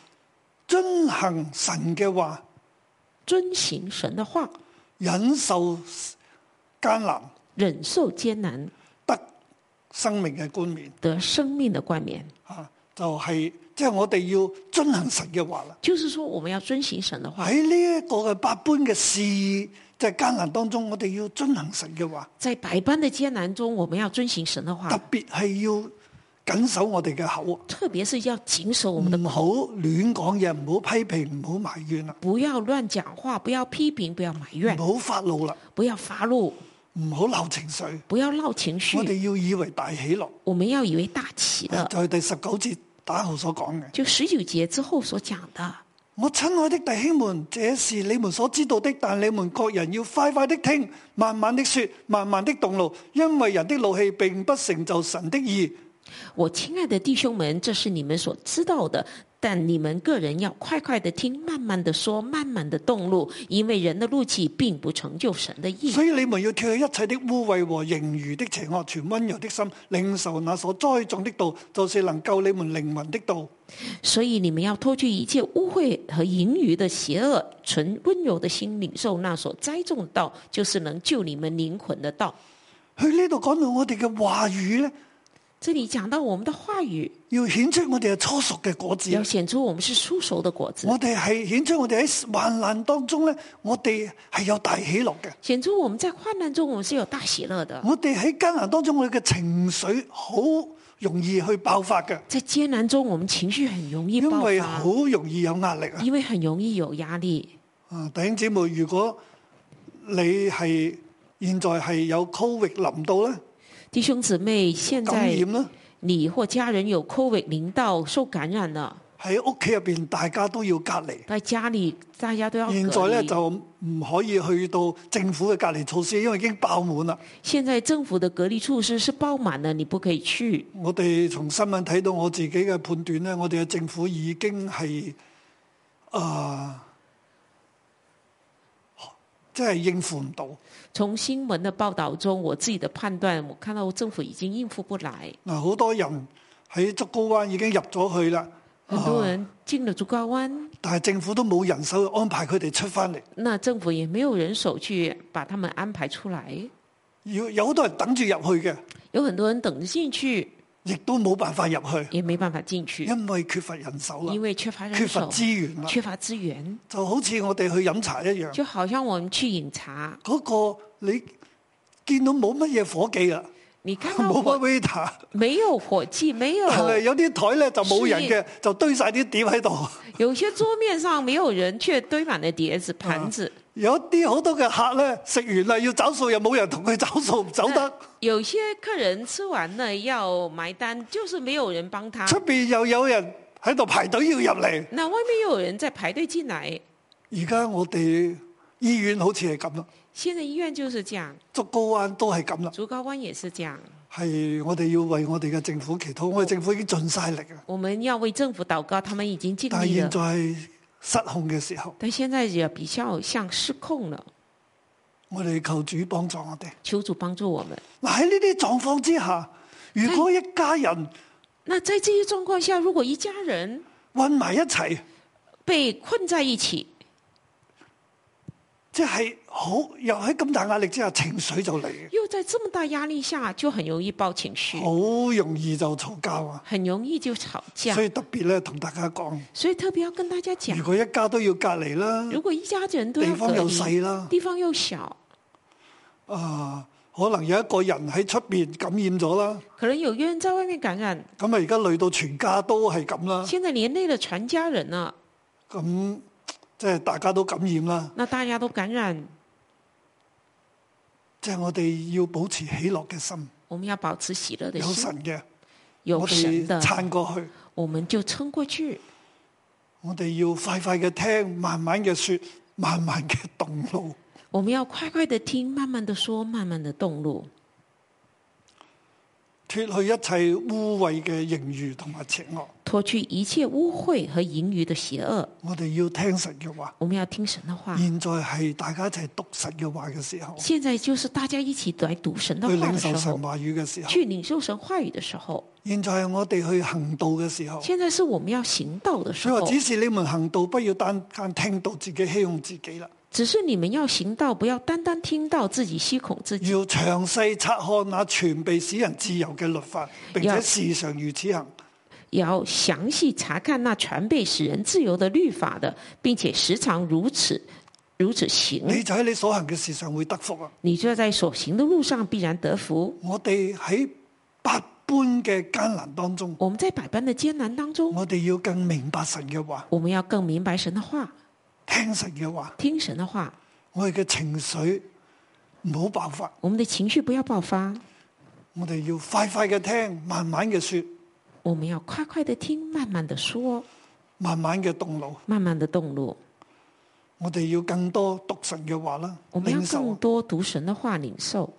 S2: 遵行神嘅話，
S3: 遵行神的话，
S2: 忍受艱難，
S3: 忍受艰难，
S2: 得生命嘅冠冕。
S3: 得生命的冠冕。
S2: 啊，就係即係我哋要遵行神嘅話啦。
S3: 就是说，我们要遵行神的话，
S2: 喺呢一個嘅百般嘅事即係艱難當中，我哋要遵行神嘅話，
S3: 在百般的艰难中，我们要遵行神的
S2: 特
S3: 话，
S2: 別係要緊守我哋嘅口啊。
S3: 特别是要谨守我们的
S2: 唔好亂講嘢，唔好批評，唔好埋怨啦，
S3: 不要乱讲话，不要批评，不要埋怨，
S2: 唔好發怒啦，
S3: 不要发怒，
S2: 唔好鬧情緒。
S3: 不要闹情绪
S2: 我。哋嗯要以為大喜樂，
S3: 我们要以为大喜乐，
S2: 就係第十九節打號所講嘅。
S3: 就十九节之后所讲的。
S2: 我親愛的弟兄們，這是你們所知道的，但你們各人要快快的聽，慢慢的說，慢慢的動怒，因為人的怒氣並不成就神的義。
S3: 我亲爱的弟兄们，这是你们所知道的，但你们个人要快快的听，慢慢的说，慢慢的动怒，因为人的怒气并不成就神的意。
S2: 所以你們要脱去一切的污穢和盈餘的邪惡，存温柔的心，領受那所栽種的道，就是能救你們靈魂的道。
S3: 所以你们要脱去一切污秽和淫余的邪恶，存温柔的心领受那所栽种的道，就是能救你们灵魂的道。
S2: 佢呢度講到我哋嘅話語呢，
S3: 这里讲到我们的话语，
S2: 要顯出我哋係初熟嘅果子。
S3: 要显出我们是出熟的果子，
S2: 我哋係顯出我哋喺患難當中呢，我哋係有大喜樂嘅。
S3: 显出我们在患难中我们是有大喜乐的，
S2: 我哋喺艱難當中，我哋嘅情緒好容易去爆發嘅，
S3: 在艰难中我们情绪很容易
S2: 因
S3: 爆
S2: 為
S3: 发
S2: 好，容易有壓力啊！
S3: 因为很容易有压力。
S2: 啊，弟兄姊妹，如果你係現在係有 Covid 臨到咧，
S3: 弟兄姊妹，现
S2: 感
S3: 在
S2: 染咧，
S3: 你或家人有 COVID 淋到受感染了，
S2: 喺屋企入邊大家都要隔離。
S3: 在家里大家都要
S2: 現在
S3: 隔
S2: 咧
S3: 离。
S2: 就唔可以去到政府嘅隔離措施，因為已經爆滿啦。
S3: 现在政府的隔离措施是爆满了，你不可以去。
S2: 我哋從新聞睇到我自己嘅判斷咧，我哋嘅政府已經係啊、即係應付唔到。
S3: 从新闻的报道中，我自己的判断，我看到政府已经应付不来，
S2: 嗱，好多人喺竹篙灣已經入咗去啦，啊
S3: 很多人进了竹篙湾，
S2: 但係政府都冇人手安排佢哋出翻嚟。
S3: 那政府也没有人手去把他们安排出来，
S2: 要有好多人等住入去嘅，
S3: 有很多人等着进去，
S2: 亦都冇辦法入去，
S3: 也没办法进去，
S2: 因為缺乏人手啦
S3: 因，为缺乏
S2: 缺
S3: 人
S2: 乏
S3: 手，
S2: 資源嗯啦，
S3: 缺乏资源，
S2: 就好似我哋去飲茶一樣。
S3: 就好像我们去饮茶，
S2: 嗰、個你見到冇乜嘢伙計啦，
S3: 你 看到
S2: 冇
S3: 我
S2: 乜 waiter，
S3: 没有伙计，没有
S2: 但係有啲台咧就冇人嘅，就堆晒啲碟喺度。
S3: 有些桌面上没有人，却堆满了碟子、盘子。
S2: 有啲好多嘅客咧食完啦要找數，又冇人同佢找數，唔走得。
S3: 有些客人吃完了要埋单，就是没有人帮他。
S2: 出邊又有人喺度排隊要入嚟。
S3: 那外面又有人在排队进来。
S2: 而家我哋醫院好似係咁啦，
S3: 现在医院就是这样，
S2: 竹篙灣都係咁啦，
S3: 竹篙湾也是这样。
S2: 係我哋要為我哋嘅政府祈禱。我哋政府已經盡晒力啊，
S3: 我们要为政府祷告，他们已经尽
S2: 但係
S3: 力
S2: 現
S3: 了
S2: 在，係失控嘅時候，
S3: 但现在也比较像失控了。
S2: 我哋求主幫助我哋。
S3: 求主帮助我们。
S2: 嗱喺呢啲狀況之下，如果一家人
S3: 那在这些状况下，如果一家人
S2: 混埋一齊，
S3: 被困在一起，
S2: 即係好又喺咁大壓力之下，情緒就嚟嘅，
S3: 又在这么大压力下，就很容易爆情绪，
S2: 好容易就嘈交啊！
S3: 很容易就吵架
S2: 所。以特別咧，同大家講，
S3: 所以特别要跟大家讲
S2: 如，果一家都要隔離啦，
S3: 啊如果一家人都
S2: 地
S3: 要
S2: 方
S3: 隔
S2: 又
S3: 离，
S2: 細啦，
S3: 地方又小，
S2: 啊，可能有一個人喺出面感染咗啦，
S3: 可能有些人在外面感染，
S2: 咁啊而家累到全家都係咁啦，
S3: 现在连累了全家人了，
S2: 咁即係大家都感染啦，
S3: 那大家都感染，
S2: 即係我哋要保持喜樂嘅心，
S3: 我们要保持喜乐的
S2: 有
S3: 心，
S2: 神嘅，
S3: 有
S2: 我
S3: 神
S2: 哋
S3: 的，
S2: 撐過去。
S3: 我们就撑过去。
S2: 我哋要快快嘅聽，慢慢嘅說，慢慢嘅動怒。
S3: 我们要快快的听，慢慢的说，慢慢的动怒，
S2: 脱去一切污穢嘅盈餘同埋邪惡，
S3: 脱去一切污秽和盈余的邪恶。
S2: 我哋要聽神嘅話。
S3: 我们要听神的话。
S2: 現在係大家一齊讀神嘅話嘅時候，
S3: 现在就是大家一起来读神的
S2: 去
S3: 话
S2: 領
S3: 的
S2: 受
S3: 时
S2: 神
S3: 候，
S2: 話語嘅時候，
S3: 去领受神话语的時候，
S2: 現在係我哋去行道嘅時候。
S3: 现在是我们要行道的时
S2: 佢
S3: 候
S2: 話：。只是你們行道，不要單單聽到自己欺哄自己啦，
S3: 只是你们要行道，不要单单聽到自己吸恐自己，
S2: 要詳細察看那全被使人自由嘅律法，並且
S3: 有
S2: 時常如此行。
S3: 也要详细查看那传被使人自由的律法的，并且时常如此如此
S2: 你
S3: 行，
S2: 就喺你所行嘅事上會得福啊！
S3: 你就在所行的路上必然得福。
S2: 我哋喺百般嘅艱難當中，
S3: 我们在百般的艰难当中，
S2: 我哋要更明白神嘅話，
S3: 我们要更明白神的话，
S2: 聽神嘅話，
S3: 听神的话，
S2: 我哋嘅情緒唔好爆發，
S3: 我们的情绪不要爆发，
S2: 我哋要快快嘅聽，慢慢嘅說，
S3: 我们要快快的听，慢慢的说，
S2: 慢慢嘅動怒。
S3: 慢慢的动怒。
S2: 我哋要更多讀神嘅話啦，
S3: 我们要
S2: 領受
S3: 更
S2: 啊。
S3: 多读神的话领受。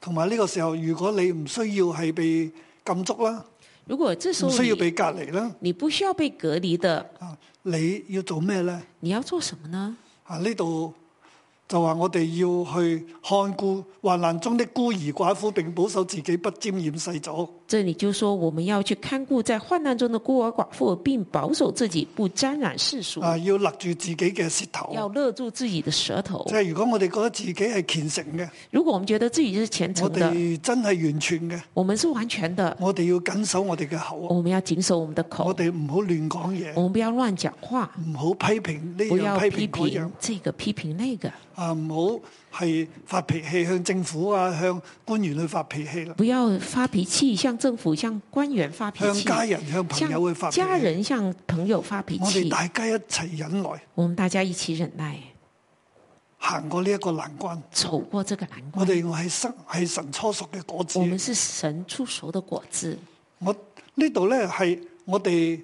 S2: 同埋呢個時候，如果你唔需要係被禁足啦，
S3: 如果这时
S2: 唔
S3: 候
S2: 需要
S3: 你
S2: 被隔離啦，
S3: 你不需要被隔离的，
S2: 啊，你要做咩呢？
S3: 你要做什么呢？
S2: 啊，呢度就話我哋要去看顧患難中的孤兒寡婦，並保守自己不沾染世俗。
S3: 这里就说我们要去看顾在患难中的孤儿寡妇，并保守自己不沾染世俗，
S2: 啊，要勒住自己嘅舌
S3: 要
S2: 頭。
S3: 勒住自己的舌头
S2: 即。係如果我哋覺得自己係虔誠嘅，
S3: 如果我们觉得自己是虔
S2: 我
S3: 诚的，
S2: 哋真係完全嘅，
S3: 我们是完全的，
S2: 我哋要緊守我哋嘅口啊，
S3: 我们要谨守我们的
S2: 我
S3: 口，
S2: 哋唔好亂講嘢
S3: 我，们不要乱讲话，
S2: 唔好批評呢
S3: 不要
S2: 樣批
S3: 批
S2: 評嗰樣
S3: 评。这个批评那个，
S2: 啊，唔好係發脾氣向政府啊，向官員去發脾氣啦，
S3: 不要发脾气，向政府、向官员发脾
S2: 向
S3: 气，
S2: 家人、向朋友去發
S3: 向
S2: 脾
S3: 家
S2: 氣。
S3: 人、向朋友发脾
S2: 我哋
S3: 气。
S2: 大家一齊忍耐，
S3: 我们大家一起忍耐，
S2: 行過呢一個難關。
S3: 走过这个难
S2: 我
S3: 关。
S2: 哋我係生係神初熟嘅果子
S3: 我。们是神出熟的果子。
S2: 我呢度咧係我哋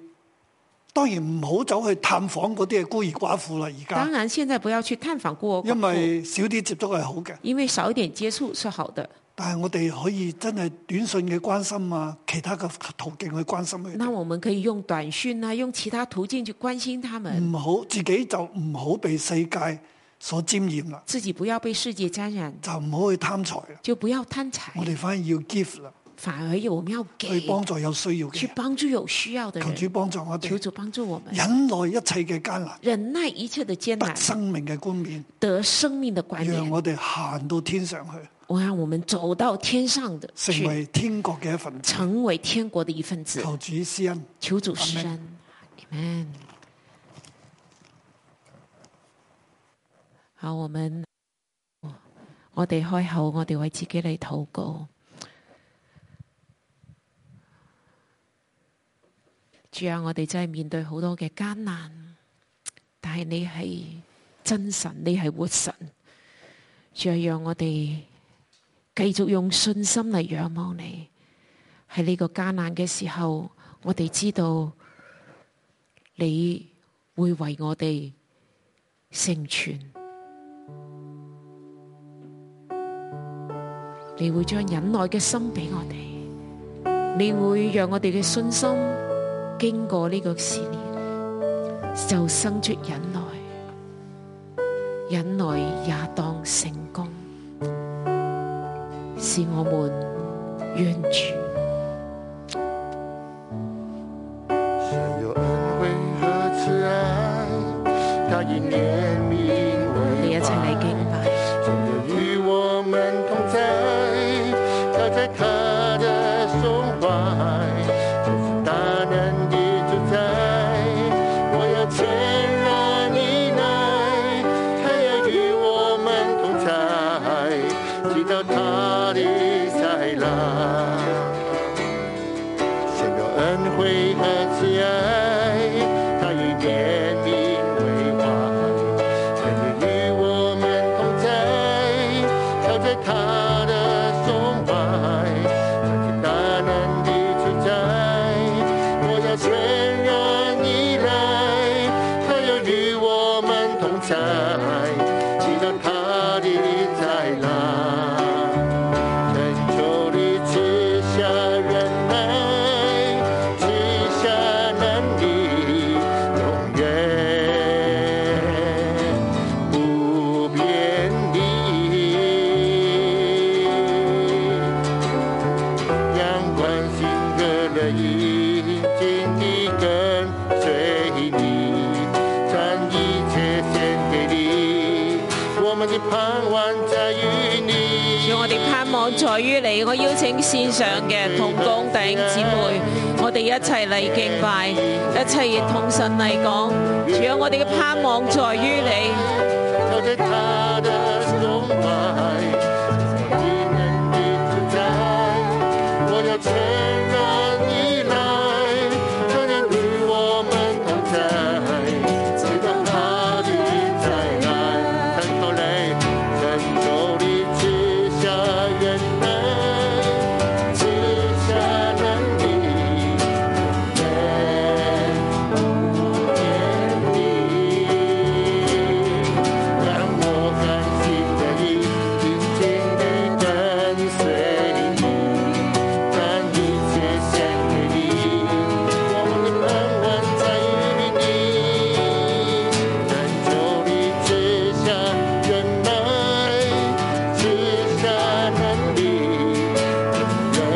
S2: 當然唔好走去探訪嗰啲嘅孤兒寡婦啦，而
S3: 当
S2: 家
S3: 然，现在不要去探访孤儿寡妇，
S2: 因為少啲接觸係好嘅。
S3: 因为少一点接触是好的。
S2: 但係我哋可以真係短信嘅關心啊，其他嘅途徑去關心佢
S3: 那
S2: 哋，
S3: 我们可以用短讯啊，用其他途径去关心他们，
S2: 唔好自己就唔好被世界所沾染啦。
S3: 自己不要被世界沾染，
S2: 就唔好去貪財啦。
S3: 就不要贪财
S2: 我，哋反而要 give 啦，
S3: 反而我们要
S2: 去
S3: 给，
S2: 幫助有需要嘅
S3: 去
S2: 人。
S3: 帮助有需要的
S2: 求主
S3: 人。
S2: 幫助我
S3: 求
S2: 哋
S3: 主帮助我们
S2: 忍耐一切嘅艱難，
S3: 忍耐一切的艰难
S2: 得，生命嘅冠冕，
S3: 得生命的冠
S2: 讓
S3: 冕。
S2: 我哋行到天上去，
S3: 我让我们走到天上的
S2: 成
S3: 去，
S2: 為天國嘅一份子。
S3: 成为天国的一份子。
S2: 求主施恩。
S3: 求主施
S2: Amen
S3: 恩，Amen。好，我们我哋开口，我哋为自己嚟祷告。主啊，我哋真系面對好多嘅艱難，但係你係真神，你係活神。主啊，讓我哋繼續用信心嚟仰望你。喺呢個艱難嘅時候，我哋知道你會為我哋成全，你會將忍耐嘅心俾我哋，你會讓我哋嘅信心經過呢個試煉，就生出忍耐，忍耐也當成功，是我們願主。
S4: 有恩惠和慈爱，他以怜悯
S3: 你
S4: 为
S3: 一齊嚟敬
S4: 怀，
S3: 拜，
S4: 真的与我们同在，靠在他的胸怀，这是大能的主宰，我要全然依赖，他要与我们同在，直到他的再来。神有恩惠和慈爱，他以怜悯为怀，我们的盼望在于你。
S5: 主，我哋盼望在於你。我邀請線上嘅同工弟兄姊妹，我哋一齊嚟敬拜，一齊同神嚟講。主啊，我哋嘅盼望在於你。
S4: 靠着他的胸怀，我只能地存在。我要全然依赖，他能与我们同在，直到他的再来。抬头来，战斗力之下忍耐，之下能力，永远无边地。让我甘心的意，紧紧地跟随你，让一切献给你，我们的盼望在于你。但求你赐下忍耐，赐下能力，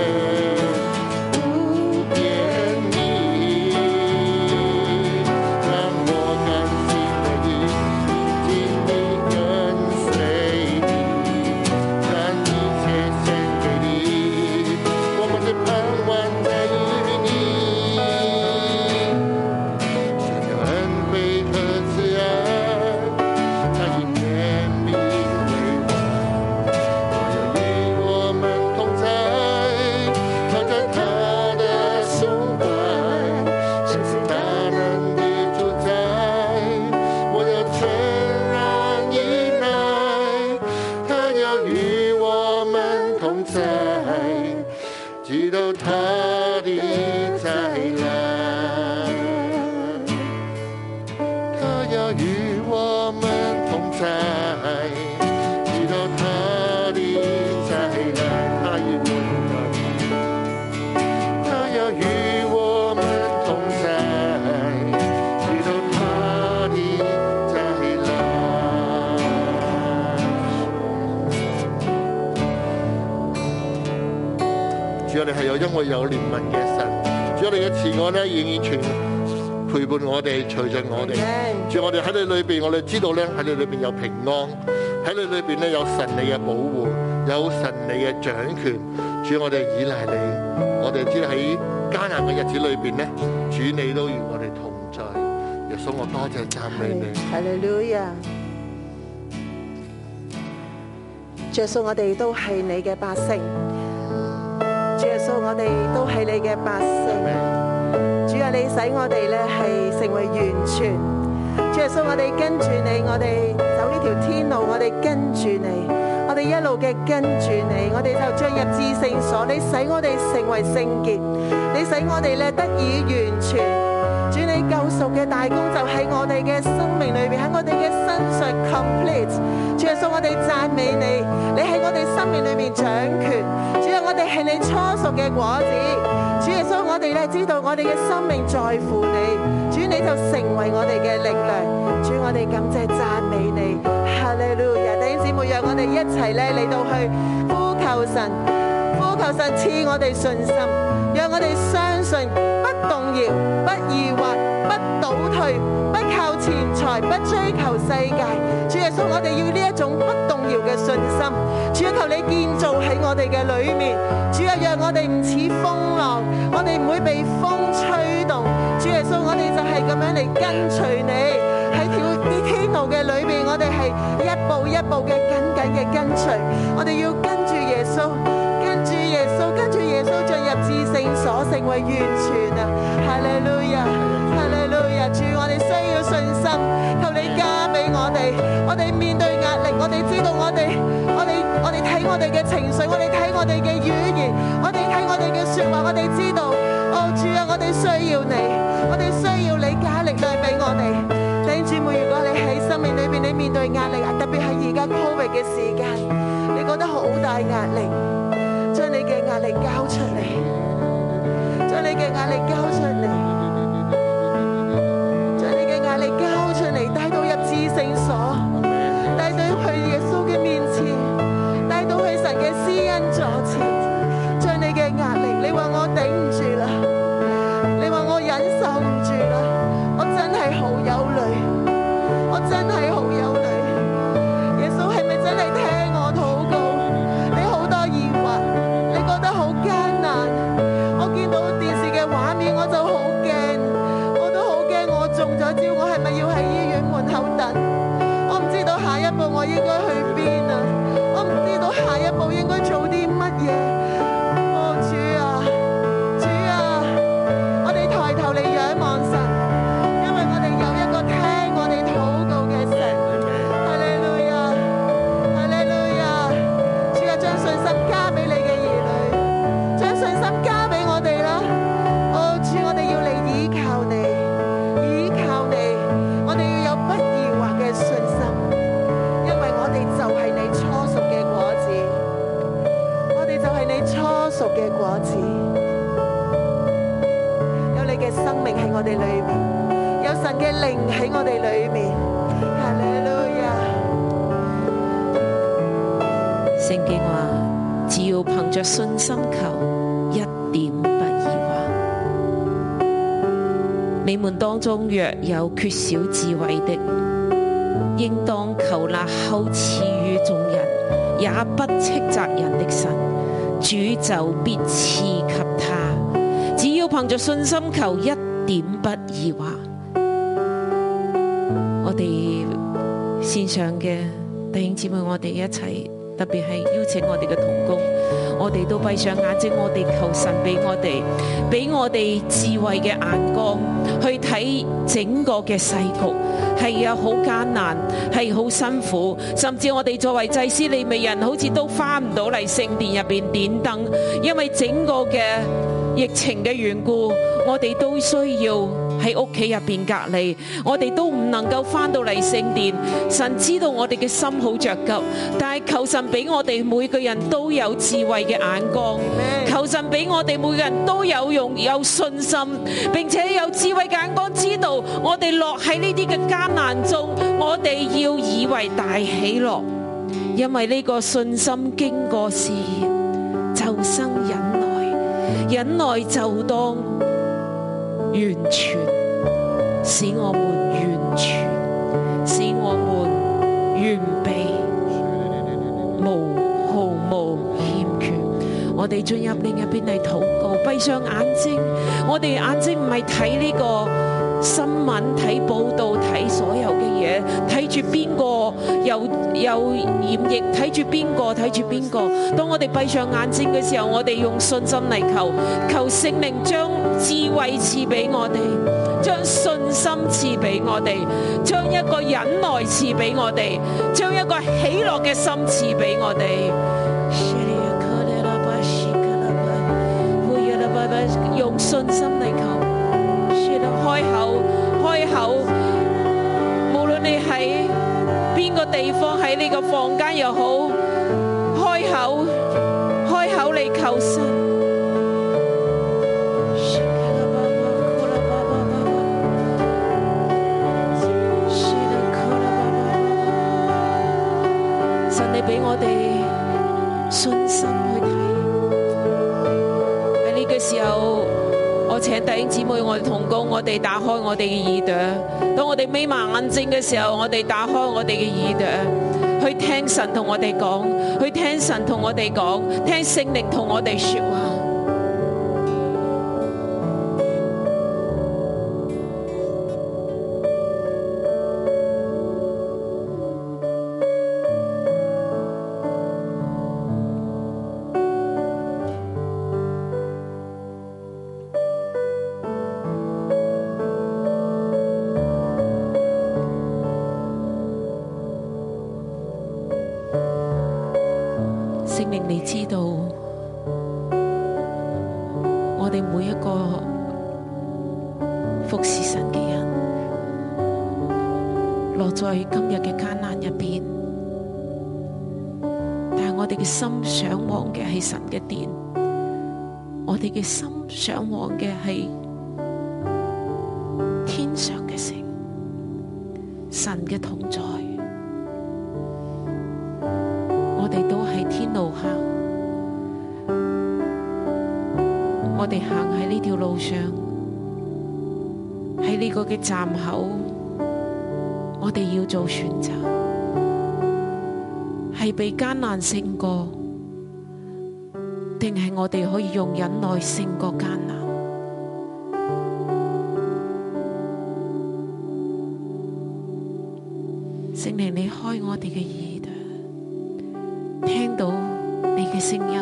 S4: 永远不变你。让我甘心的意，紧紧地跟随你，让一切献给你，我们的盼望在于你。神的恩惠和慈爱，它以怜悯为怀。我要与我们同在，靠着他的胸怀，神是大能的主宰。我要全然依赖，他要与我们同在，直到他的再来。他要与我们同在，直到他的再来。他与我们同在，他要与我们同在，直到他的再来。主，我哋啊係有因為有憐憫嘅神，主，我啊哋嘅慈愛咧，仍然存陪伴我哋，隨着我哋。主，啊我哋喺你裏邊，我哋知道咧喺你裏邊有平安，喺你裏邊咧有神你嘅保護，有神你嘅掌權。主，啊我哋依賴你，我哋知道喺艱難嘅日子裏邊咧，主你都與我哋同在。耶穌，我多謝讚
S6: Ừ,
S4: 美你。
S6: 哈利路亞！着數我哋都係你嘅百姓，着數我哋都係你嘅百姓。主啊，你使我哋咧係成為完全。主耶穌，我哋跟住你，我哋走呢條天路，我哋跟住你，我哋一路嘅跟住你，我哋就進入至聖所。你使我哋成為聖潔，你使我哋咧得以完全。主你救贖嘅大功就喺我哋嘅生命裏邊，喺我哋嘅身上 complete。主耶穌，我哋讚美你，你喺我哋生命裏面掌權。主啊，我哋係你初熟嘅果子。主耶穌，我哋咧知道我哋嘅生命在乎你，主你就成為我哋嘅力量，主我哋感謝讚美你，哈利路亞！弟兄姊妹，讓我哋一齊咧嚟到去呼求神，呼求神賜我哋信心，讓我哋相信不動搖、不疑惑、不倒退、不靠錢財、不追求世界。主耶穌，我哋要呢一種不動搖嘅信心。主啊，求你建造喺我哋嘅裏面。主啊，让我哋唔似風浪，我哋唔會被風吹動。主耶穌，我哋就係咁樣嚟跟隨你喺條啲天路嘅裏面，我哋係一步一步嘅緊緊嘅跟隨。我哋要跟住耶穌，跟住耶穌，跟住耶穌進入至聖所，成為完全啊！哈利路亞，哈利路亞！主，我哋需要信心，求你加俾我哋。我哋面對壓力，我哋知道我哋。我哋我哋睇我哋嘅情緒，我哋睇我哋嘅語言，我哋睇我哋嘅説話，我哋知道，哦主啊，我哋需要你，我哋需要你加力量俾我哋。弟兄姊妹，如果你喺生命裏邊你面對壓力，特別係而家 Covid 嘅時間，你覺得好大壓力，將你嘅壓力交出嚟，將你嘅壓力交出嚟，將你嘅壓力交出嚟，帶到入至聖所。帶到去耶穌嘅面前，帶到去神嘅施恩座前，將你嘅壓力，你話我頂唔住啦，你話我忍受唔住啦，我真係好有淚，我真係好有淚。耶穌喺我應該去邊啊？我唔知道下一步應該做啲乜嘢。哦，主啊，主啊，我哋抬頭嚟仰望神，因為我哋有一個聽我哋禱告嘅神。哈利路亞，哈利路亞，主啊，將信心加俾你嘅兒女，將信心加俾我哋啦。哦，主，我哋要嚟倚靠你，倚靠你，我哋要有不疑惑嘅信心，因為我哋就係你初熟嘅果子，我哋就係你初熟嘅果子，有你嘅生命喺我哋裏面，有神嘅靈喺我哋裏面，哈利路亞。
S3: 聖經話：只要憑着信心求，一點不疑惑。你們當中若有缺少智慧的，應當求那厚賜於眾人，也不斥責人的神，主就必賜給他。只要憑着信心求，一點不疑惑。我哋線上嘅弟兄姊妹，我哋一齊，特別係邀請我哋嘅同工，我哋都閉上眼睛，我哋求神俾我哋，俾我哋智慧嘅眼光去睇整個嘅世局。係啊，好艱難，係好辛苦，甚至我哋作為祭司利未人，好似都翻唔到嚟聖殿入邊點燈，因為整個嘅疫情嘅緣故，我哋都需要。喺屋企入边隔離，我哋都唔能夠翻到嚟聖殿。神知道我哋嘅心好着急，但係求神俾我哋每個人都有智慧嘅眼光，求神俾我哋每個人都有用有信心，並且有智慧嘅眼光，知道我哋落喺呢啲嘅艱難中，我哋要以為大喜樂，因為呢個信心經過試驗，就生忍耐，忍耐就當。完全，使我们完全，使我们完备，无毫无欠缺。我哋進入另一邊嚟禱告，閉上眼睛，我哋眼睛唔係睇呢個新聞、睇報道、睇所有嘅嘢，睇住邊個有有染疫，睇住邊個睇住邊個。當我哋閉上眼睛嘅時候，我哋用信心嚟求，求聖靈將智慧賜俾我哋。将信心赐俾我哋，将一个忍耐赐俾我哋，将一个喜乐嘅心赐俾我哋。用信心嚟求，开口开口，无论你喺边个地方，喺呢个房间又好，开口开口嚟求神。神你俾我哋信心去睇。喺呢個時候，我請弟兄姊妹，我哋同工，我哋打開我哋嘅耳朵。當我哋眯埋眼睛嘅時候，我哋打開我哋嘅耳朵，去聽神同我哋講，去聽神同我哋講，聽聖靈同我哋说話。圣灵，你知道我哋每一个服侍神嘅人，落在今日嘅艰难入边，但系我哋嘅心想往嘅系神嘅殿，我哋嘅心想往嘅系天上嘅城，神嘅同在。我哋都喺天路行，我哋行喺呢條路上，喺呢個嘅站口，我哋要做選擇，係被艱難勝過，定係我哋可以用忍耐勝過艱難？聖靈，你開我我哋嘅耳朵，聽到你嘅聲音。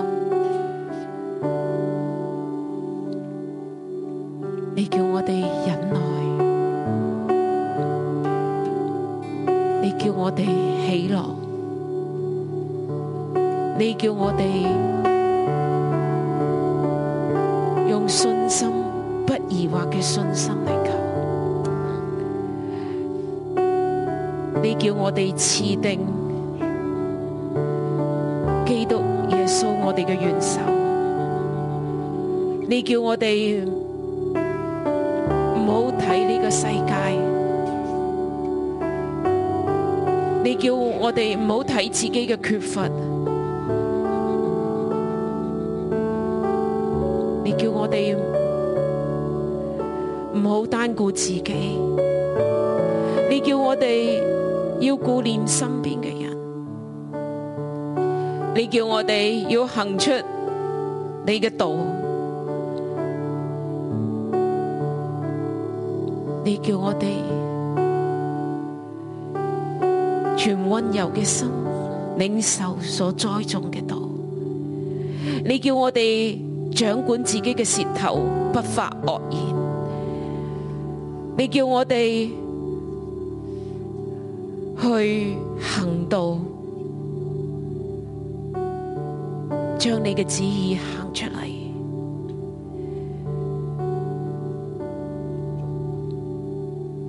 S3: 你叫我哋忍耐，你叫我哋喜樂，你叫我哋用信心不疑惑嘅信心嚟求。你叫我哋持定基督耶穌我哋嘅元首，你叫我哋唔好睇呢個世界，你叫我哋唔好睇自己嘅缺乏，你叫我哋唔好單顧自己。你叫我哋要顧念身邊嘅人，你叫我哋要行出你嘅道，你叫我哋全温柔嘅心領受所栽種嘅道，你叫我哋掌管自己嘅舌頭，不發惡言，你叫我哋。去行道，將你嘅旨意行出嚟。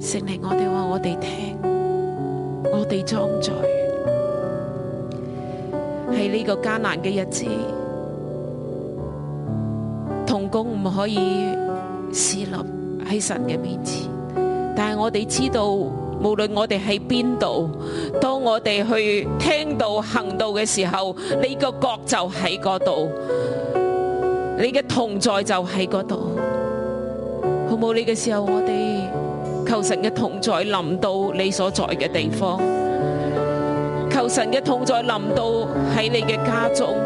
S3: 聖靈，我哋話我哋聽，我哋裝載喺呢個艱難嘅日子，同工唔可以侍立喺神嘅面前。但系我哋知道，無論我哋喺邊度，當我哋去聽到、行道嘅時候，你個角就喺嗰度，你嘅同在就喺嗰度，好冇？你嘅時候，我哋求神嘅同在臨到你所在嘅地方，求神嘅同在臨到喺你嘅家中，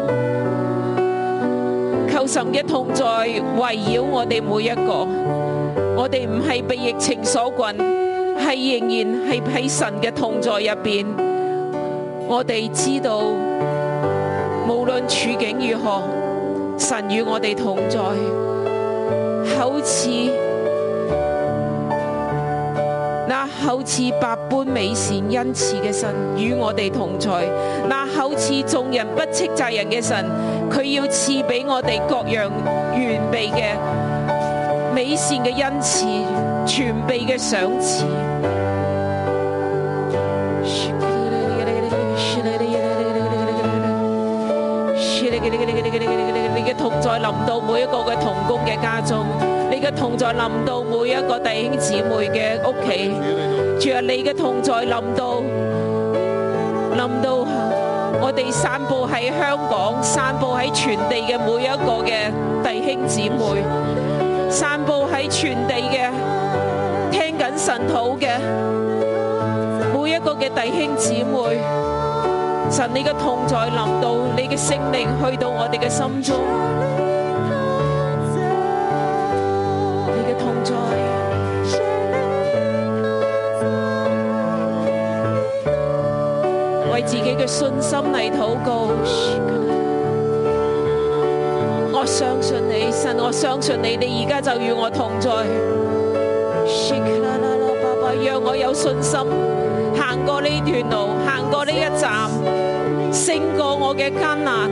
S3: 求神嘅同在圍繞我哋每一個。我哋唔系被疫情所困，系仍然系喺神嘅同在入边。我哋知道，无论处境如何，神与我哋同在，好似那厚似百般美善恩慈嘅神與我哋同在，那厚似眾人不斥責人嘅神，佢要賜俾我哋各樣完備嘅美善嘅恩赐，全備嘅賞賜。你嘅同在臨到每一個嘅童工嘅家中，你嘅同在臨到每一個弟兄姊妹嘅屋企。主啊，你嘅同在臨到，臨到我哋散布喺香港、散布喺全地嘅每一個嘅弟兄姊妹。散布喺全地嘅，聽緊神土嘅每一個嘅弟兄姊妹，神你嘅同在臨到，你嘅聖靈去到我哋嘅心中，你嘅同在，為自己嘅信心嚟禱告。我相信你，神，我相信你，你而家就與我同在。让我有信心行過呢段路，行過呢一站，勝過我嘅艱難，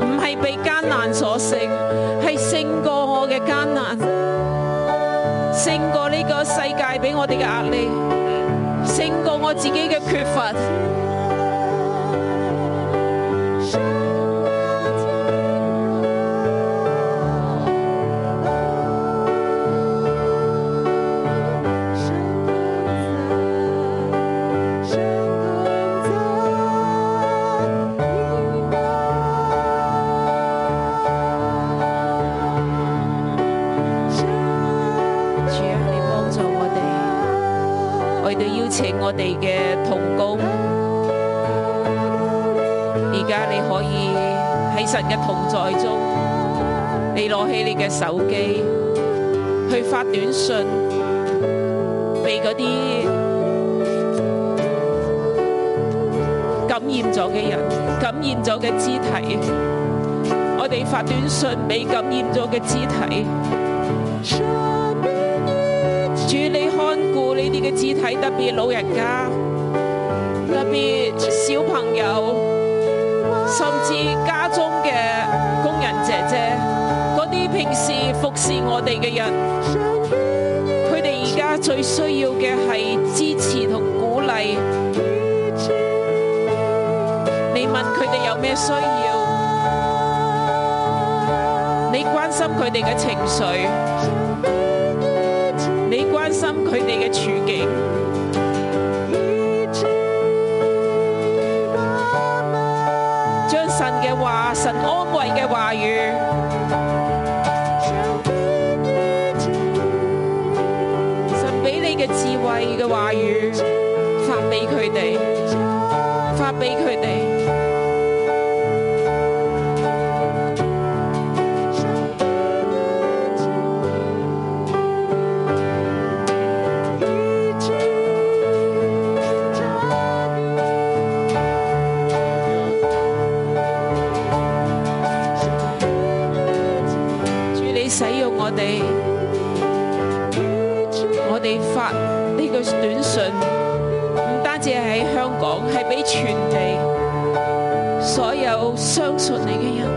S3: 唔係被艱難所勝，係勝過我嘅艱難，勝過呢個世界俾我哋嘅壓力，勝過我自己嘅缺乏。主啊，你幫助我哋，我哋邀請我哋嘅童工，而家你可以喺神嘅同在中，你攞起你嘅手機去發短信俾嗰啲
S5: 感染咗嘅人，感染咗嘅肢體，我哋發短信俾感染咗嘅肢體。主你看顧呢啲嘅肢體，特別老人家，特別小朋友，甚至家中嘅工人姐姐，嗰啲平時服侍我哋嘅人。佢哋而家最需要嘅係支持同鼓勵。你問佢哋有咩需要，你關心佢哋嘅情緒，你關心佢哋嘅處境。將神嘅話、神安慰嘅話語。神俾你嘅智慧嘅话语，发俾佢哋，发俾佢哋。主你使用我哋。我哋發呢句短信，唔單止係喺香港，係俾全地所有相信你嘅人，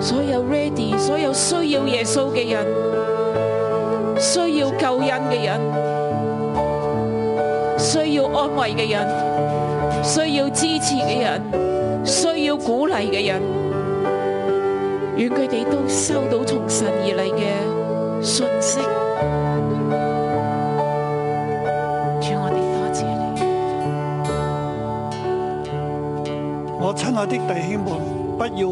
S5: 所有 ready，所有需要耶穌嘅人，需要救恩嘅人，需要安慰嘅人，需要支持嘅人，需要鼓勵嘅人，願佢哋都收到從神而嚟嘅。信息。主，我哋多谢你，
S2: 我親愛的弟兄們，不要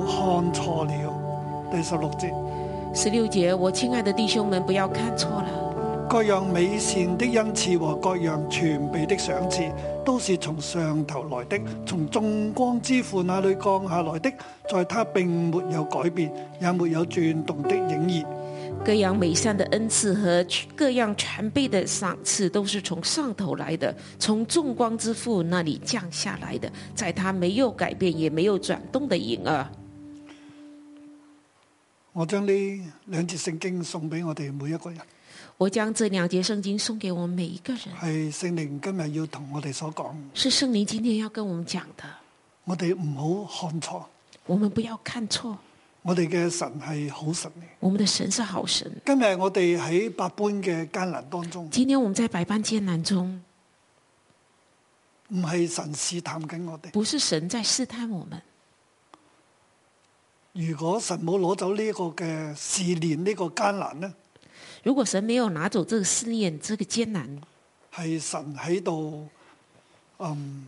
S2: 看錯了。第十六節，
S5: 十六节，我亲爱的弟兄们，不要看错了，
S2: 各樣美善的恩賜和各樣全備的賞賜，都是從上頭來的，從眾光之父那裏降下來的，在他並沒有改變，也沒有轉動的影兒。
S3: 各样美善的恩赐和各样全备的赏赐，都是从上头来的，从众光之父那里降下来的，在他没有改变也没有转动的影儿。
S2: 我將呢兩節聖經送俾我哋每一個人，
S3: 我将这两节圣经送给我们每一个人，
S2: 係聖靈今日要同我哋所講，
S3: 是圣灵今天要跟我们讲的。
S2: 我哋唔好看錯，
S3: 我们不要看错，
S2: 我哋嘅神係好神嘅。
S3: 我们的神是好神。
S2: 今日我哋喺百般嘅艱難當中，
S3: 今天我们在百般艰难中，
S2: 唔係神試探緊我哋。
S3: 不是神在试探我们。
S2: 如果神冇攞走呢個嘅試煉呢個艱難呢，
S3: 如果神没有拿走这个试验、这个艰难，
S2: 係神喺度，嗯，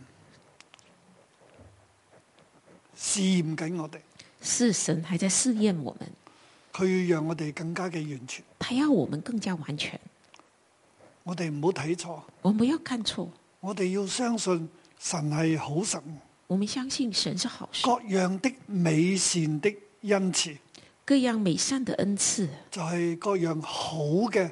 S2: 試驗緊我哋，
S3: 是神还在试验我们，
S2: 佢要讓我哋更加嘅完全。
S3: 他要我们更加完全。
S2: 我哋唔好睇錯，
S3: 我们不要看错，
S2: 我哋要相信神係好神，
S3: 我们相信神是好神
S2: 各，樣的美善的恩賜
S3: 各样美善的恩赐，
S2: 就係各樣好嘅誒、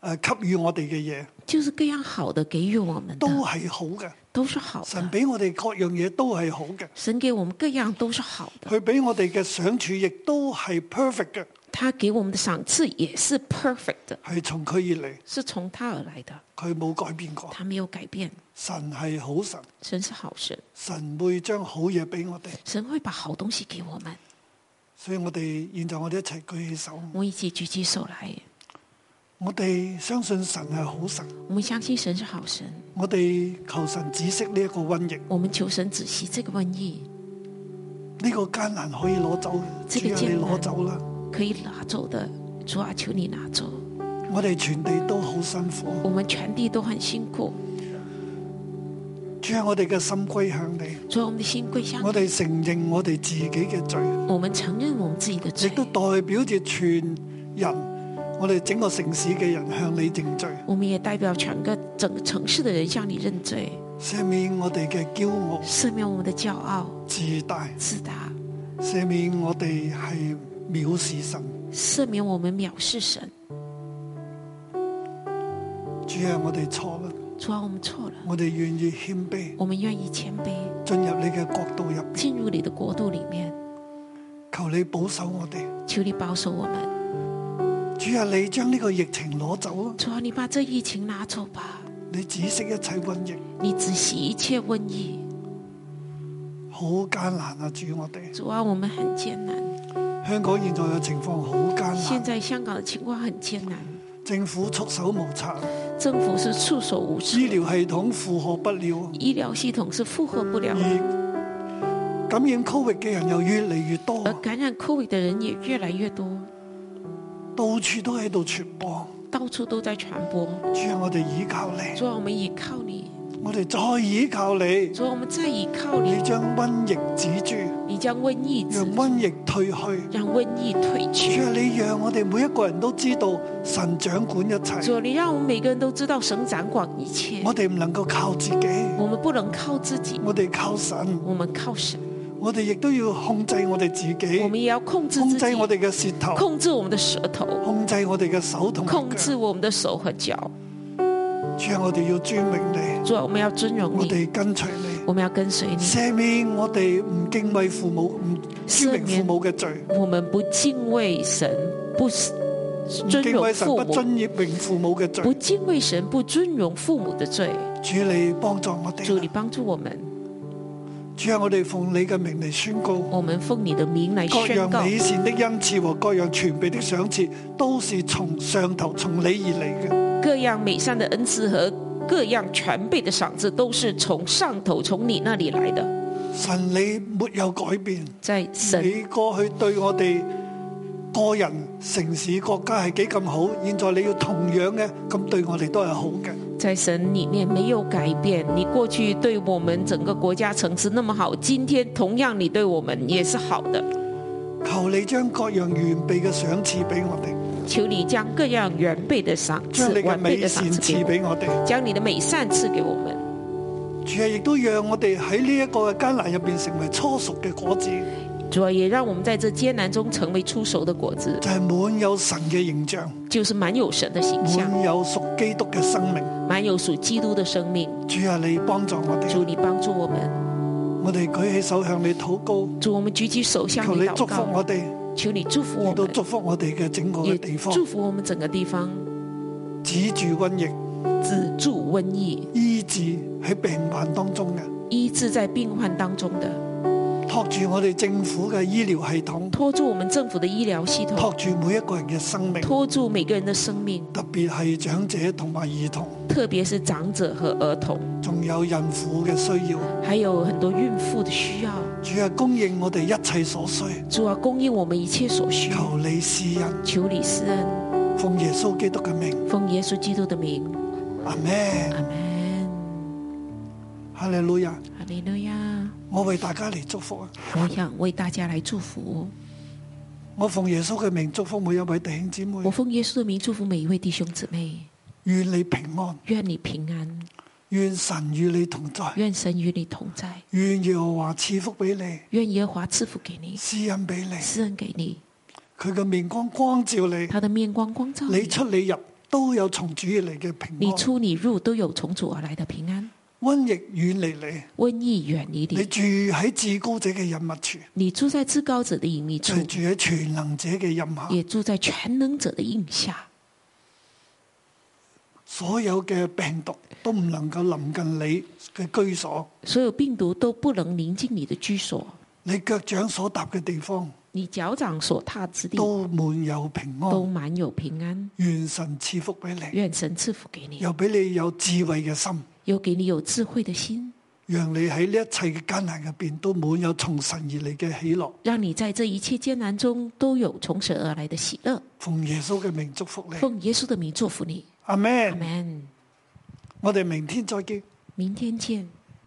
S2: 呃、給予我哋嘅嘢
S3: 就是各样好的给予我们
S2: 都
S3: 的，
S2: 係好嘅。
S3: 都是好
S2: 神
S3: 的。
S2: 俾我哋各樣嘢都係好嘅，
S3: 神给我们各样都是好的，
S2: 佢俾我哋嘅賞處亦都係 perfect 嘅，
S3: 他给我们的赏赐也是 perfect 的，
S2: 係從佢而嚟，
S3: 是从他而来的，
S2: 佢冇改變過。
S3: 他没有改变。
S2: 神係好神，
S3: 神是好神，
S2: 神會將好嘢俾我哋，
S3: 神会把好东西给我们。
S2: 所以我哋現在我哋一齊舉起手，
S3: 我们一起举起手来，
S2: 我哋相信神係好神，
S3: 我们相信神是好神，
S2: 我哋求神止息呢一個瘟疫，
S3: 我们求神止息这个瘟疫，
S2: 呢、個艱難可以攞走，
S3: 這
S2: 主
S3: 個艱
S2: 啊
S3: 難
S2: 你攞走啦！
S3: 可以拿走的，主啊，求你拿走。
S2: 我哋全地都好辛苦，
S3: 我们全地都很辛苦，
S2: 主啊我哋嘅心歸向你，
S3: 主啊，我们的心归向
S2: 我
S3: 你，
S2: 哋承認我哋自己嘅罪。
S3: 我们承认我们自己的
S2: 亦
S3: 罪，
S2: 都代表住全人，我哋整個城市嘅人向你認罪，
S3: 我们也代表整个整个城市的人向你认罪，
S2: 赦免我哋嘅驕傲
S3: 赦免我们的驕傲、
S2: 自大，
S3: 自大，
S2: 赦免我哋係藐視神。
S3: 赦免我们藐视神。
S2: 主啊，我哋錯啦，
S3: 主啊，我们错了，
S2: 我哋願意謙卑
S3: 我们愿意谦卑，
S2: 進入你嘅國度入邊，
S3: 进入你的国度里面。
S2: 求你保守我哋。
S3: 求你保守我们，
S2: 主啊，你將呢個疫情攞走啊！
S3: 主啊，你把这疫情拿走吧，
S2: 你止息一切瘟疫，
S3: 你止息一切瘟疫。
S2: 好艱難啊！主我哋
S3: 主啊，我们很艰难，
S2: 嗯香港現在嘅情況好艱
S3: 现
S2: 難，
S3: 在香港的情况很艰难，
S2: 政府束手無策，
S3: 政府是束手无策，
S2: 醫療系統負荷不了，
S3: 医疗系统是负荷不了，
S2: 而感染 Covid 嘅人又越嚟越多，
S3: 而感染 COVID 的人也越来越多，
S2: 到處都喺度傳播。
S3: 到处都在传播。
S2: 主啊，我哋倚靠你，
S3: 主啊，我们倚靠你，
S2: 我哋再倚靠你，
S3: 主啊，我们再倚靠
S2: 你
S3: 你，
S2: 將瘟疫止住，
S3: 你将瘟疫止
S2: 讓，瘟疫退去。
S3: 让瘟疫退
S2: 主
S3: 去。
S2: 啊，你讓我哋每一個人都知道神掌管一
S3: 主
S2: 切，
S3: 啊，你让我们每个人都知道神掌管一切，
S2: 我哋唔能夠靠自己，
S3: 我们不能靠自己，
S2: 我哋靠神。
S3: 我们靠神，
S2: 我哋亦都要控制我哋自
S3: 我们
S2: 己，
S3: 也要控制
S2: 嗯控
S3: 自
S2: 制
S3: 己，
S2: 我 Oh 哋嘅舌頭，
S3: 控制我们的舌头，
S2: 控制我哋嘅手同
S3: 控
S2: 埋
S3: 制
S2: 腳。
S3: 我们的手和脚。
S2: 主啊，我哋要尊榮你，
S3: 主啊，我们要尊荣
S2: 我
S3: 你，
S2: 哋跟隨你，
S3: 我们要跟随你。
S2: 赦免我哋唔敬畏父母、唔尊榮父母嘅罪，
S3: 我们不敬畏神，不
S2: 唔
S3: 尊
S2: 敬畏
S3: 荣
S2: 神
S3: 父
S2: 不
S3: 母，
S2: 尊榮父母嘅罪
S3: 不。敬畏神，不尊荣父母的罪。
S2: 主你幫助我
S3: 主，你
S2: 哋，
S3: 帮助我们，
S2: 主啊，我哋奉你嘅名嚟宣告，
S3: 我们奉你的名来
S2: 各
S3: 宣告
S2: 樣，美善的恩賜和各樣全備的賞賜，都是從上頭從你而嚟嘅。
S3: 各样美善的恩赐和各样全备的赏赐，都是从上头从你那里来的。
S2: 神你沒有改變。
S3: 在神，
S2: 你過去對我哋個人、城市、國家係幾咁好，現在你要同樣嘅咁對我哋都係好嘅。
S3: 在神里面没有改变。你过去对我们整个国家城市那么好，今天同样你对我们也是好的。
S2: 求你將各樣完備嘅賞賜俾我哋，
S3: 求你将各样原备的赏
S2: 將
S3: 赐
S2: 你、嘅
S3: 完备
S2: 美
S3: 的赏
S2: 善
S3: 赐
S2: 賜
S3: 给我们，
S2: 俾我哋。
S3: 将你的美善赐给我们。
S2: 主啊，亦都讓我哋喺呢一個嘅艱難入边成為初熟嘅果子，
S3: 主啊，也让我们在这艰难中成为出熟的果子，
S2: 就係滿有神嘅形象，
S3: 就是满有神的形象，
S2: 滿有屬基督嘅生命。
S3: 满有属基督的生命。
S2: 主啊，你幫助我
S3: 主，
S2: 哋，
S3: 你帮助我们，
S2: 我哋舉起手向你禱告，
S3: 主，我们举起手向
S2: 求
S3: 你
S2: 你
S3: 祷
S2: 祝福
S3: 告，
S2: 我哋，
S3: 求你祝福我
S2: 亦都
S3: 们，
S2: 祝福我哋嘅整個
S3: 也
S2: 嘅地方，
S3: 祝福我们整个地方
S2: 止住瘟疫。
S3: 止住瘟疫，
S2: 醫治喺病患當中嘅，
S3: 医治在病患当中的，
S2: 托住我哋政府嘅醫療系統，
S3: 托住我们政府的医疗系
S2: 托
S3: 统，
S2: 住每一個人嘅生命，
S3: 托住每个人的生命，
S2: 特別係長者同埋兒童，
S3: 特别是长者和儿童，
S2: 仲有孕婦嘅需要。
S3: 还有很多孕妇的需要。
S2: 主啊，供應我哋一切所需，
S3: 主啊，供应我们一切所需，
S2: 求你施恩，
S3: 求你施恩，
S2: 奉耶穌基督嘅名，
S3: 奉耶稣基督的名，
S2: 阿咩
S3: 阿门。
S2: 哈利路亞！
S3: 哈利路亚！
S2: 我為大家嚟祝福啊！
S3: 我想为大家来祝福，
S2: 我奉耶穌嘅名祝福每一位弟兄姊妹
S3: 我，奉耶稣的名祝福每一位弟兄姊妹，
S2: 願你平安，
S3: 愿你平安，
S2: 願神與你同在，
S3: 愿神与你同在，
S2: 願耶和華賜福俾你，
S3: 愿耶和华赐福给你，
S2: 施恩俾你，
S3: 施恩给你，
S2: 佢嘅面光光照你。
S3: 他的面光光照
S2: 你出你入都有從主而嚟嘅平
S3: 你
S2: 安，
S3: 出你入都有从主而来的平安，
S2: 瘟疫遠離
S3: 瘟疫远离
S2: 你，你
S3: 你，
S2: 住喺至高者嘅隱密處，
S3: 你住在至高者的隐秘
S2: 就
S3: 处
S2: 係，住喺全能者嘅蔭下，
S3: 也住在全能者的印下，
S2: 所有嘅病毒都唔能夠臨近你嘅居所，
S3: 所有病毒都不能临近你的居所，
S2: 你腳掌所踏嘅地方
S3: 你脚掌所踏之地
S2: 都滿有平
S3: 都
S2: 安。
S3: 满有平安，
S2: 願神賜福俾你，
S3: 愿神赐福给你，
S2: 又俾你有智慧嘅心，
S3: 又给你有智慧的心。
S2: 讓你喺呢一切嘅艱難入邊都滿有從神而嚟嘅喜樂。
S3: 让你在这一切艰难中都有从神而来的喜乐。
S2: 奉耶穌嘅名祝福你，
S3: 奉耶稣的名祝福你，
S2: 阿
S3: 阿
S2: 門。
S3: 门。
S2: 我哋明天再見。
S3: 明天见。